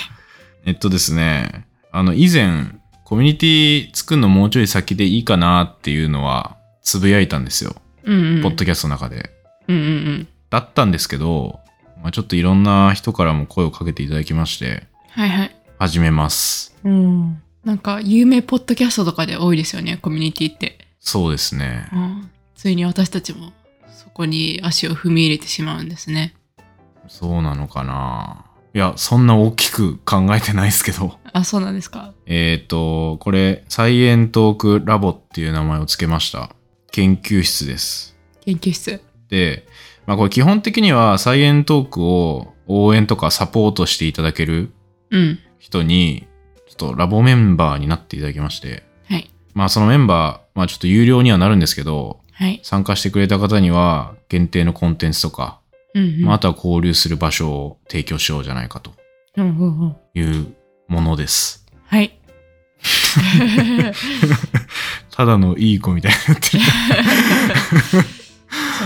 Speaker 1: えっとですね、あの、以前、コミュニティ作るのもうちょい先でいいかなっていうのは、つぶやいたんですよ。
Speaker 2: うん、うん。
Speaker 1: ポッドキャストの中で。
Speaker 2: うんうんうん。
Speaker 1: だったんですけど、まあ、ちょっといろんな人からも声をかけていただきまして、
Speaker 2: はいはい。
Speaker 1: 始めます。
Speaker 2: うん。なんか、有名ポッドキャストとかで多いですよね、コミュニティって。
Speaker 1: そうですね。
Speaker 2: うん。ついに私たちも、そこに足を踏み入れてしまうんですね。
Speaker 1: そうなのかないや、そんな大きく考えてないですけど。
Speaker 2: あ、そうなんですか。
Speaker 1: えっ、と、これ、サイエントークラボっていう名前をつけました。研究室です。
Speaker 2: 研究室。
Speaker 1: で、まあこれ基本的にはサイエントークを応援とかサポートしていただける
Speaker 2: うん。
Speaker 1: 人に、ちょっとラボメンバーになっていただきまして、
Speaker 2: はい。
Speaker 1: まあそのメンバー、まあちょっと有料にはなるんですけど、
Speaker 2: はい。
Speaker 1: 参加してくれた方には限定のコンテンツとか、
Speaker 2: うん、うん。
Speaker 1: まあ、あとは交流する場所を提供しようじゃないかと
Speaker 2: うんうんうん。
Speaker 1: いうものです。
Speaker 2: はい。
Speaker 1: ただのいい子みたいになってる
Speaker 2: そ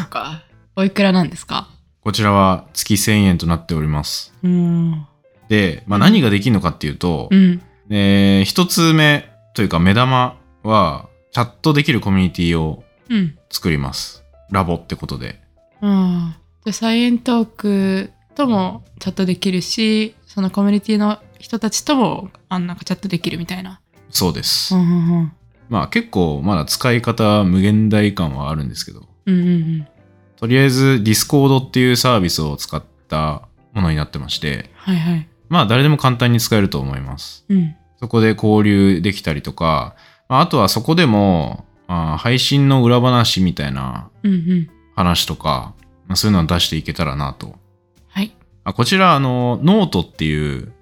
Speaker 2: うか。おいくらなんですか
Speaker 1: こちらは月1000円となっております。
Speaker 2: うん。
Speaker 1: で、まあ、何ができるのかっていうと、
Speaker 2: うん。
Speaker 1: えー一つ目というか目玉はチャットできるコミュニティを
Speaker 2: うん。
Speaker 1: 作ります。ラボってことで。
Speaker 2: うん。で、サイエントークともチャットできるし、そのコミュニティの人たちとも、あんなんかチャットできるみたいな。
Speaker 1: そうです。
Speaker 2: うんうん
Speaker 1: まあ結構まだ使い方無限大感はあるんですけど、
Speaker 2: うん。うんうん。
Speaker 1: とりあえず Discord っていうサービスを使ったものになってまして、
Speaker 2: はいはい。
Speaker 1: まあ誰でも簡単に使えると思います。
Speaker 2: うん。
Speaker 1: そこで交流できたりとか、まああとはそこでも、まあ配信の裏話みたいな
Speaker 2: うんうん。
Speaker 1: 話とか、まあそういうのを出していけたらなと。
Speaker 2: はい。
Speaker 1: あこちら、あの、ノートっていう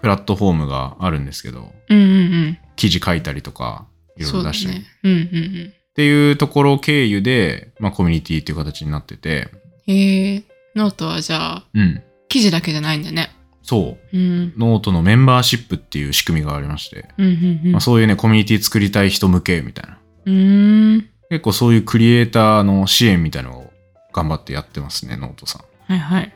Speaker 1: プラットフォームがあるんですけど、
Speaker 2: うんうん
Speaker 1: 記事書いたりとか、
Speaker 2: う
Speaker 1: い
Speaker 2: ん。
Speaker 1: ろい
Speaker 2: そ
Speaker 1: ろ
Speaker 2: うだ
Speaker 1: 出してる、
Speaker 2: ね。うんうんうん。
Speaker 1: っていうところ経由で、まあコミュニティっていう形になってて、
Speaker 2: へえ、ノートはじゃあ、
Speaker 1: うん。
Speaker 2: 記事だけじゃないんだね。
Speaker 1: そう。
Speaker 2: うん。
Speaker 1: ノートのメンバーシップっていう仕組みがありまして、
Speaker 2: うんうんうん。
Speaker 1: まあ、そういうね、コミュニティ作りたい人向けみたいな。
Speaker 2: うーん。
Speaker 1: 結構そういうクリエイターの支援みたいなのを頑張ってやってますね、ノートさん。
Speaker 2: はいはい。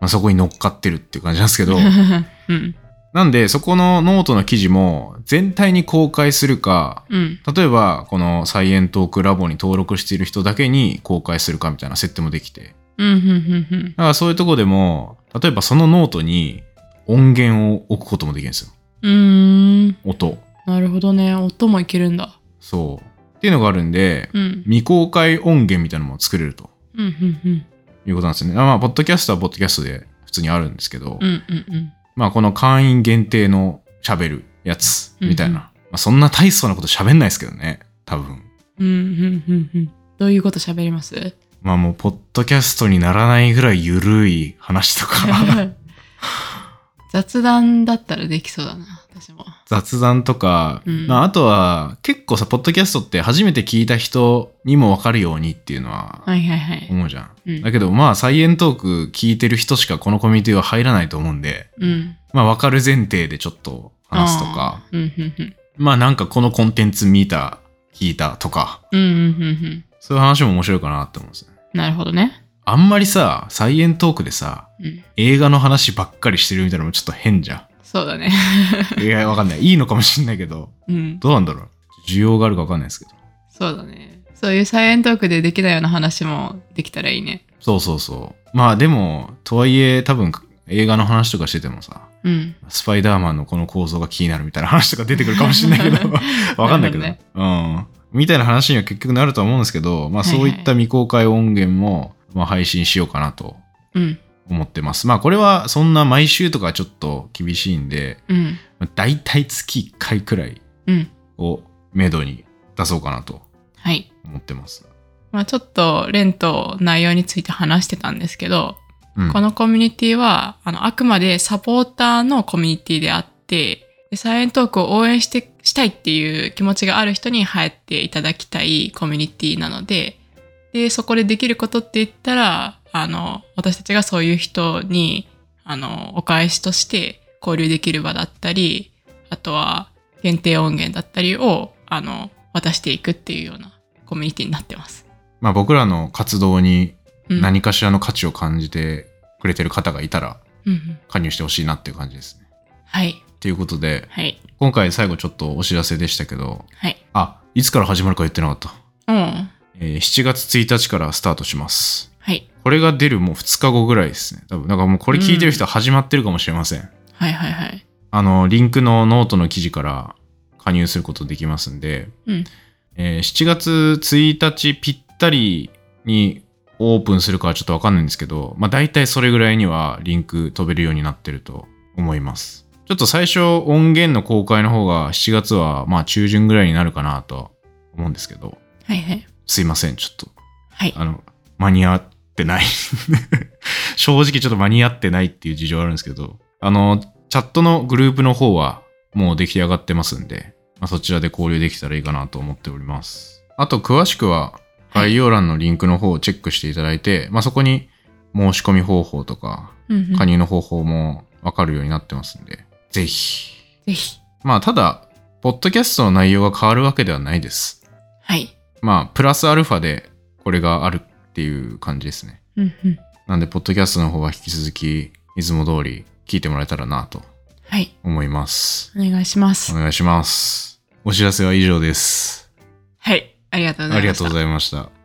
Speaker 1: まあ、そこに乗っかってるっていう感じなんですけ ど、
Speaker 2: うん。
Speaker 1: なんでそこのノートの記事も全体に公開するか、
Speaker 2: うん。
Speaker 1: 例えばこのサイエントークラボに登録している人だけに公開するかみたいな設定もできて、
Speaker 2: うんうんうんうん。
Speaker 1: だからそういうとこでも、例えばそのノートに音源を置くこともできるんですよ。
Speaker 2: うーん。
Speaker 1: 音。
Speaker 2: なるほどね。音もいけるんだ。
Speaker 1: そう。っていうのがあるんで、
Speaker 2: うん。
Speaker 1: 未公開音源みたいなのも作れると
Speaker 2: うん、うん、うん。
Speaker 1: いうことなんですよね。あまあ、ポッドキャストはポッドキャストで普通にあるんですけど、
Speaker 2: うん、うん、うん。
Speaker 1: まあ、この会員限定の喋るやつみたいな。
Speaker 2: うんうん
Speaker 1: まあ、そんな大層なこと喋んないですけどね、多分。
Speaker 2: うん、うん、うん、うん。どういうこと喋ります
Speaker 1: まあもう、ポッドキャストにならないぐらいゆるい話とか、
Speaker 2: 雑談だったらできそうだな、私も。
Speaker 1: 雑談とか、
Speaker 2: うん
Speaker 1: まああとは結構さ、ポッドキャストって初めて聞いた人にもわかるようにっていうのは
Speaker 2: はいはいはい。
Speaker 1: 思うじゃん。
Speaker 2: うん
Speaker 1: だけどまあ、サイエントーク聞いてる人しかこのコミュニティは入らないと思うんで、
Speaker 2: うん。
Speaker 1: まあわかる前提でちょっと話すとか、
Speaker 2: うん、うん、うん。
Speaker 1: まあなんかこのコンテンツ見た、聞いたとか、
Speaker 2: うん、うん、うん、うん。
Speaker 1: そういう話も面白いかなって思うんですよね。
Speaker 2: なるほどね。
Speaker 1: あんまりさ、サイエントークでさ、
Speaker 2: うん。
Speaker 1: 映画の話ばっかりしてるみたいなのもちょっと変じゃ
Speaker 2: そうだね。
Speaker 1: ん。いや、わかんない。いいのかもしんないけど、
Speaker 2: うん。
Speaker 1: どうなんだろう。需要があるかわかんないですけど。
Speaker 2: そうだね。そういうサイエントークでできないような話もできたらいいね。
Speaker 1: そうそうそう。まあでも、とはいえ、多分映画の話とかしててもさ、
Speaker 2: うん。
Speaker 1: スパイダーマンのこの構造が気になるみたいな話とか出てくるかもしんないけ ど、わかんないけど。
Speaker 2: なる
Speaker 1: うん。みたいな話には結局なるとは思うんですけど、まあ
Speaker 2: はい
Speaker 1: そ
Speaker 2: は
Speaker 1: う
Speaker 2: い
Speaker 1: いった未公開音源も、まあ、配信しようかなと
Speaker 2: うん。
Speaker 1: 思ってます。まあこれはそんな毎週とかはちょっと厳しいんで、
Speaker 2: うん。
Speaker 1: まあ大体月1回くらい
Speaker 2: うん。
Speaker 1: をめどに出そうかなと
Speaker 2: はい。
Speaker 1: 思ってます。
Speaker 2: まあちょっと、レンと内容について話してたんですけど、
Speaker 1: うん
Speaker 2: このコミュニティは、あの、あくまでサポーターのコミュニティであって、でサイエントークを応援して、したいっていう気持ちがある人に入っていただきたいコミュニティなので、で、そこでできることって言ったら、あの、私たちがそういう人に、あの、お返しとして交流できる場だったり、あとは限定音源だったりを、あの、渡していくっていうようなコミュニティになってます。
Speaker 1: まあ僕らの活動に
Speaker 2: うん、
Speaker 1: 何かしらの価値を感じてくれてる方がいたら
Speaker 2: うんうん。
Speaker 1: 加入してほしいなっていう感じですね。
Speaker 2: はい。
Speaker 1: ということで、
Speaker 2: はい。
Speaker 1: 今回最後ちょっとお知らせでしたけど、
Speaker 2: はい。
Speaker 1: あ、いつから始まるか言ってなかった。
Speaker 2: うん。
Speaker 1: えー7月1日からスタートします。
Speaker 2: はい。
Speaker 1: これが出るもう2日後ぐらいですね。多分、だからもうこれ聞いてる人は始まってるかもしれません。
Speaker 2: はいはいはい。
Speaker 1: あの、リンクのノートの記事から加入することできますんで、
Speaker 2: うん
Speaker 1: えー7月1日ぴったりにオープンするかはちょっとわかんないんですけど、まあ大体それぐらいにはリンク飛べるようになってると思います。ちょっと最初音源の公開の方が7月はまあ中旬ぐらいになるかなとは思うんですけど、
Speaker 2: はいはい。
Speaker 1: すいません、ちょっと
Speaker 2: はい。
Speaker 1: あの、間に合ってない。 正直ちょっと間に合ってないっていう事情あるんですけど、あの、チャットのグループの方はもう出来上がってますんで、まあ、そちらで交流できたらいいかなと思っております。あと、詳しくは概要欄のリンクの方をチェックしていただいて、まあ、そこに申し込み方法とか、
Speaker 2: うんうん
Speaker 1: 加入の方法もわかるようになってますんで、ぜひ。
Speaker 2: ぜひ。
Speaker 1: まあ、ただ、ポッドキャストの内容が変わるわけではないです。
Speaker 2: はい。
Speaker 1: まあ、プラスアルファでこれがあるっていう感じですね。
Speaker 2: うんうん。
Speaker 1: なんで、ポッドキャストの方は引き続き、いつも通り聞いてもらえたらなと
Speaker 2: はい。
Speaker 1: 思います。
Speaker 2: お願いします
Speaker 1: お。願いします。お知らせは以上です。
Speaker 2: はい。ありがとうござ
Speaker 1: あ
Speaker 2: い
Speaker 1: り
Speaker 2: ま
Speaker 1: が
Speaker 2: し
Speaker 1: と
Speaker 2: た
Speaker 1: うご。ざいました。